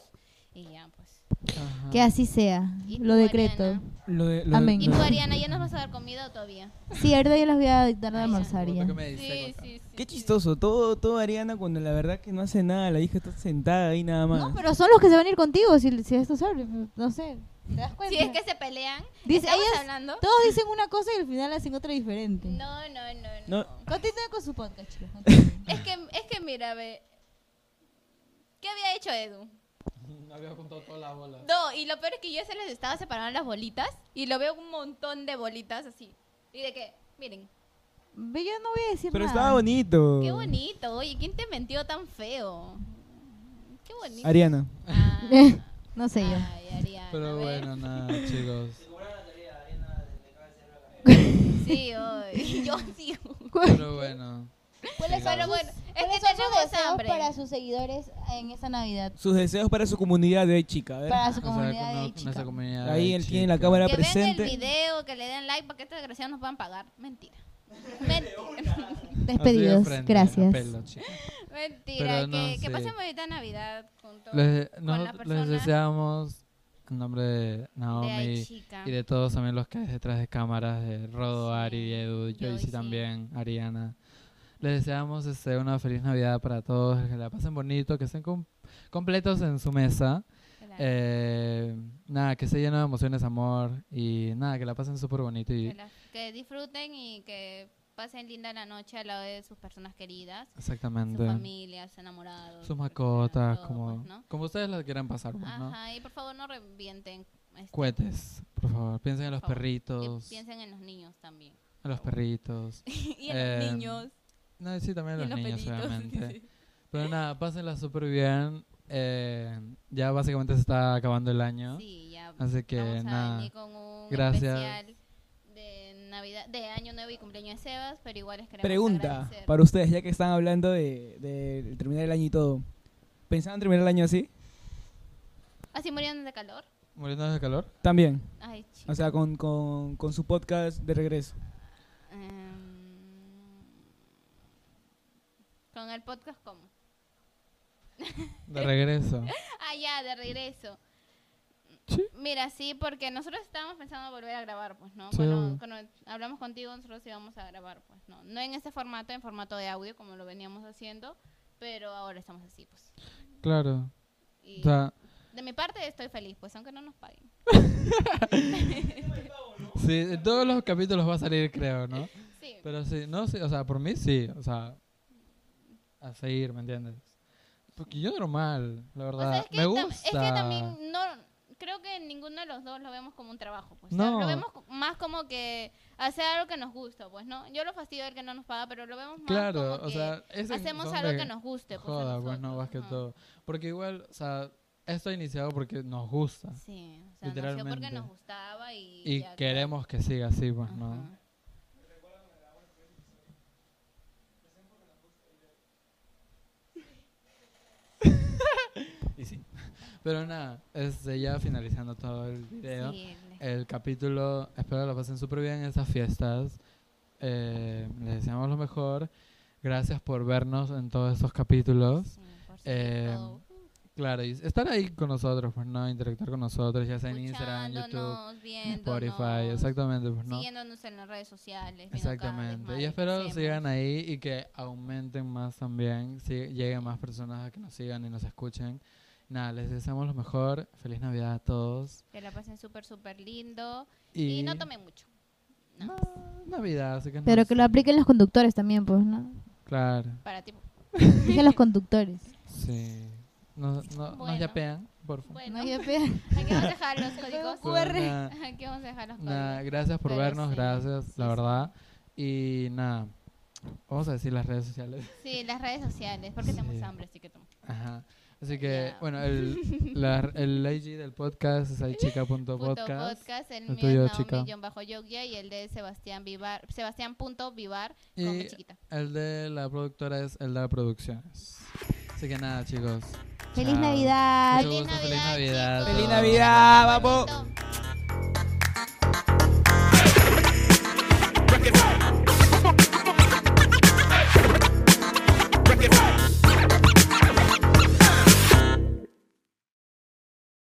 Speaker 1: Y ya, pues.
Speaker 5: Ajá.
Speaker 4: Que así sea.
Speaker 1: ¿Y
Speaker 4: Lo
Speaker 1: tú,
Speaker 4: decreto.
Speaker 1: Ariana?
Speaker 5: Lo de- lo de-
Speaker 4: Amén.
Speaker 5: lo
Speaker 1: ¿Y tú,
Speaker 5: de-
Speaker 1: Ariana, ya nos vas a dar comida o todavía?
Speaker 4: Sí, ahorita yo las voy a dictar de
Speaker 1: Ay, ya.
Speaker 4: almorzar ya.
Speaker 2: Puta, que me dice,
Speaker 1: Sí,
Speaker 2: acá.
Speaker 1: sí, sí.
Speaker 5: Qué
Speaker 1: sí.
Speaker 5: chistoso, todo, todo Ariana cuando la verdad que no hace nada, la hija está sentada ahí nada más.
Speaker 4: No, pero son los que se van a ir contigo si, si esto sale. No sé. ¿Te das cuenta?
Speaker 1: Si es que se pelean,
Speaker 4: Dice,
Speaker 1: estamos
Speaker 4: ellas
Speaker 1: hablando.
Speaker 4: todos dicen una cosa y al final hacen otra diferente.
Speaker 1: No, no, no,
Speaker 5: No.
Speaker 1: no.
Speaker 4: Continúen con su podcast, chicos. continúen.
Speaker 1: Es que, es que mira, ve. ¿Qué había hecho Edu?
Speaker 2: Había juntado toda la bola.
Speaker 1: No, y lo peor es que yo se les estaba separando las bolitas y lo veo un montón de bolitas así. Y de que, miren,
Speaker 4: Ve, yo no voy a decir
Speaker 5: Pero
Speaker 4: nada.
Speaker 5: estaba bonito.
Speaker 1: qué bonito, oye, ¿quién te mintió tan feo? Qué bonito.
Speaker 5: Ariana.
Speaker 1: Ah,
Speaker 4: No sé Este yo.
Speaker 1: ay, Ariana, a
Speaker 2: Pero
Speaker 1: ver.
Speaker 2: bueno, nada, chicos.
Speaker 1: Sí, oye, yo sí.
Speaker 2: Pero bueno.
Speaker 4: ¿Cuáles son
Speaker 1: Pero
Speaker 4: sus-
Speaker 1: bueno, es que
Speaker 4: cuáles son sus
Speaker 1: tenemos
Speaker 4: deseos
Speaker 1: hambre.
Speaker 4: para sus seguidores en esa Navidad?
Speaker 5: Sus deseos para su comunidad de chica. a ver.
Speaker 4: Para su
Speaker 2: o sea, con
Speaker 4: comunidad
Speaker 2: no-
Speaker 4: de
Speaker 2: nuestra
Speaker 4: chicas.
Speaker 2: comunidad
Speaker 5: Ahí
Speaker 2: de
Speaker 5: él tiene la
Speaker 2: chicas.
Speaker 5: cámara
Speaker 1: Que vean el
Speaker 5: presente.
Speaker 1: video, que le den like para que estos desgraciados nos puedan pagar. Mentira. Mentira.
Speaker 2: Así de
Speaker 4: Despedidos.
Speaker 2: frente, a
Speaker 4: Gracias.
Speaker 2: pelo, chicas.
Speaker 1: Mentira.
Speaker 2: Pero
Speaker 1: que
Speaker 2: no,
Speaker 1: que
Speaker 2: sí.
Speaker 1: pasemos ahorita Navidad con todo.
Speaker 2: Les,
Speaker 1: con
Speaker 2: nosotros
Speaker 1: la persona
Speaker 2: les deseamos, en nombre de
Speaker 1: de ahí,
Speaker 2: Naomi
Speaker 1: chica.
Speaker 2: y de todos también los que hay detrás de cámaras, de Rodo,
Speaker 1: Sí.
Speaker 2: Ari, Edu, Joyce
Speaker 1: Joyce.
Speaker 2: también, Ariana, les deseamos este, una feliz Navidad para todos, que la pasen bonito, que estén com- completos en su mesa.
Speaker 1: Claro.
Speaker 2: Eh, nada, que se lleno de emociones, amor y nada, que la pasen súper bonito.
Speaker 1: Que,
Speaker 2: Y,
Speaker 1: la- que disfruten y que pasen linda la noche al lado de sus personas queridas, sus
Speaker 2: exactamente.
Speaker 1: familias,
Speaker 2: Sus
Speaker 1: enamorados. personas,
Speaker 2: mascotas,
Speaker 1: todo,
Speaker 2: como,
Speaker 1: pues, ¿no?
Speaker 2: como ustedes las quieran pasar, pues, ¿no?
Speaker 1: Ajá, y por favor no revienten. este,
Speaker 2: Cohetes, por favor. Piensen en los
Speaker 1: Por favor,
Speaker 2: perritos.
Speaker 1: Y piensen en los niños también.
Speaker 2: A los perritos.
Speaker 1: y en
Speaker 2: Eh,
Speaker 1: los niños.
Speaker 2: No, sí, también
Speaker 1: Y
Speaker 2: a
Speaker 1: en
Speaker 2: los
Speaker 1: los
Speaker 2: niños,
Speaker 1: pelitos.
Speaker 2: obviamente. Pero nada, pásenla súper bien. Eh, ya básicamente se está acabando el año.
Speaker 1: Sí, ya.
Speaker 2: Así que
Speaker 1: vamos a
Speaker 2: nada.
Speaker 1: venir con un
Speaker 2: Gracias.
Speaker 1: especial de Navidad, de Año Nuevo y cumpleaños de Sebas, pero igual les queremos
Speaker 5: Pregunta
Speaker 1: agradecer.
Speaker 5: para ustedes, ya que están hablando de, de terminar el año y todo. ¿Pensaban terminar el año así?
Speaker 1: ¿Así Ah, murieron de calor?
Speaker 2: Muriéndonos de calor.
Speaker 5: También.
Speaker 1: Ay, chico.
Speaker 2: Ah.
Speaker 5: O sea, con, con, con su podcast de regreso.
Speaker 1: Em, Con el podcast, ¿cómo? Eh.
Speaker 2: De regreso.
Speaker 1: Ah, ya, de regreso.
Speaker 2: Sí.
Speaker 1: Mira, sí, porque nosotros estábamos pensando volver a grabar, pues, ¿no?
Speaker 2: Sí.
Speaker 1: Cuando, cuando hablamos contigo, nosotros íbamos a grabar, pues, ¿no? No en este formato, en formato de audio, como lo veníamos haciendo, pero ahora estamos así, pues.
Speaker 2: Claro.
Speaker 1: Y
Speaker 2: O sea,
Speaker 1: de mi parte estoy feliz, pues, aunque no nos paguen.
Speaker 2: sí, en todos los capítulos va a salir, creo, ¿no?
Speaker 1: Sí,
Speaker 2: Pero sí, no, sí, o sea, por mí sí. O sea, a seguir, ¿me entiendes? Porque yo normal, la
Speaker 1: O
Speaker 2: verdad.
Speaker 1: sea, es que,
Speaker 2: Me
Speaker 1: tam-
Speaker 2: gusta.
Speaker 1: es que también no creo que ninguno de los dos lo vemos como un trabajo, pues. O sea,
Speaker 2: No.
Speaker 1: lo vemos co- más como que hacer algo que nos gusta, pues, ¿no? Yo lo fastidio el que no nos paga, pero lo vemos más
Speaker 2: Claro,
Speaker 1: como
Speaker 2: o
Speaker 1: que
Speaker 2: sea, es en
Speaker 1: hacemos
Speaker 2: son
Speaker 1: algo
Speaker 2: de-
Speaker 1: que nos guste, pues. a
Speaker 2: Joda, pues no,
Speaker 1: nosotros,
Speaker 2: más que
Speaker 1: ajá.
Speaker 2: todo. Porque igual, o sea, esto ha iniciado porque nos gusta
Speaker 1: Sí, o sea, nació porque
Speaker 2: Literalmente.
Speaker 1: nos gustaba y,
Speaker 2: y
Speaker 1: ya,
Speaker 2: queremos que siga así, pues
Speaker 1: ajá.
Speaker 2: no. Y sí. Pero nada, este, ya finalizando todo el video,
Speaker 1: Sí, le-
Speaker 2: el capítulo, espero lo pasen súper bien en estas fiestas. Eh, les deseamos lo mejor. Gracias por vernos en todos estos capítulos.
Speaker 1: sí, por
Speaker 2: eh,
Speaker 1: supuesto.
Speaker 2: Claro, y estar ahí con nosotros, pues no, interactuar con nosotros, ya sea en Instagram, YouTube,
Speaker 1: Escuchándonos,
Speaker 2: Spotify,
Speaker 1: viéndonos,
Speaker 2: exactamente, pues no.
Speaker 1: Siguiéndonos en las redes sociales. viendo cada
Speaker 2: Exactamente.
Speaker 1: desmadre
Speaker 2: Y
Speaker 1: que
Speaker 2: espero
Speaker 1: hacemos.
Speaker 2: sigan ahí y que aumenten más también, si lleguen más personas a que nos sigan y nos escuchen. Nada, les deseamos lo mejor. Feliz Navidad a todos.
Speaker 1: Que la pasen súper, súper lindo.
Speaker 2: Y,
Speaker 1: Y no tomen mucho. No,
Speaker 2: No, Navidad, así que no
Speaker 4: Pero
Speaker 2: sé.
Speaker 4: que lo apliquen los conductores también, pues, ¿no?
Speaker 2: Claro,
Speaker 1: para ti.
Speaker 4: Dije los conductores.
Speaker 2: sí. No, no,
Speaker 1: Bueno.
Speaker 2: Nos yapean, por favor.
Speaker 1: Bueno,
Speaker 4: No, yo
Speaker 1: aquí
Speaker 4: pe-
Speaker 1: vamos a dejar los códigos.
Speaker 2: Pero nada,
Speaker 1: Aquí vamos a dejar los códigos.
Speaker 2: nada, gracias por
Speaker 1: Pero
Speaker 2: vernos,
Speaker 1: sí,
Speaker 2: gracias,
Speaker 1: sí,
Speaker 2: la
Speaker 1: sí.
Speaker 2: verdad. Y nada, vamos a decir las redes sociales.
Speaker 1: Sí, las redes sociales, porque
Speaker 2: Sí.
Speaker 1: tenemos hambre, así que tomo.
Speaker 2: Ajá. Así que,
Speaker 1: Ya.
Speaker 2: bueno, el, la- el IG del podcast es
Speaker 1: Punto
Speaker 2: aychica.podcast.
Speaker 1: podcast, el,
Speaker 2: El
Speaker 1: mío
Speaker 2: tuyo,
Speaker 1: es
Speaker 2: chica.
Speaker 1: Naomi bajo yogia y el de Sebastián Vivar, Sebastián punto Vivar con mi
Speaker 2: Y
Speaker 1: chiquita.
Speaker 2: el de la productora es el de producciones. Así que nada, chicos.
Speaker 4: Feliz
Speaker 2: Chao.
Speaker 4: Navidad.
Speaker 2: Mucho gusto, feliz Navidad.
Speaker 1: chicos.
Speaker 5: ¡Feliz Navidad,
Speaker 1: Pásenla
Speaker 5: papo!
Speaker 1: bonito.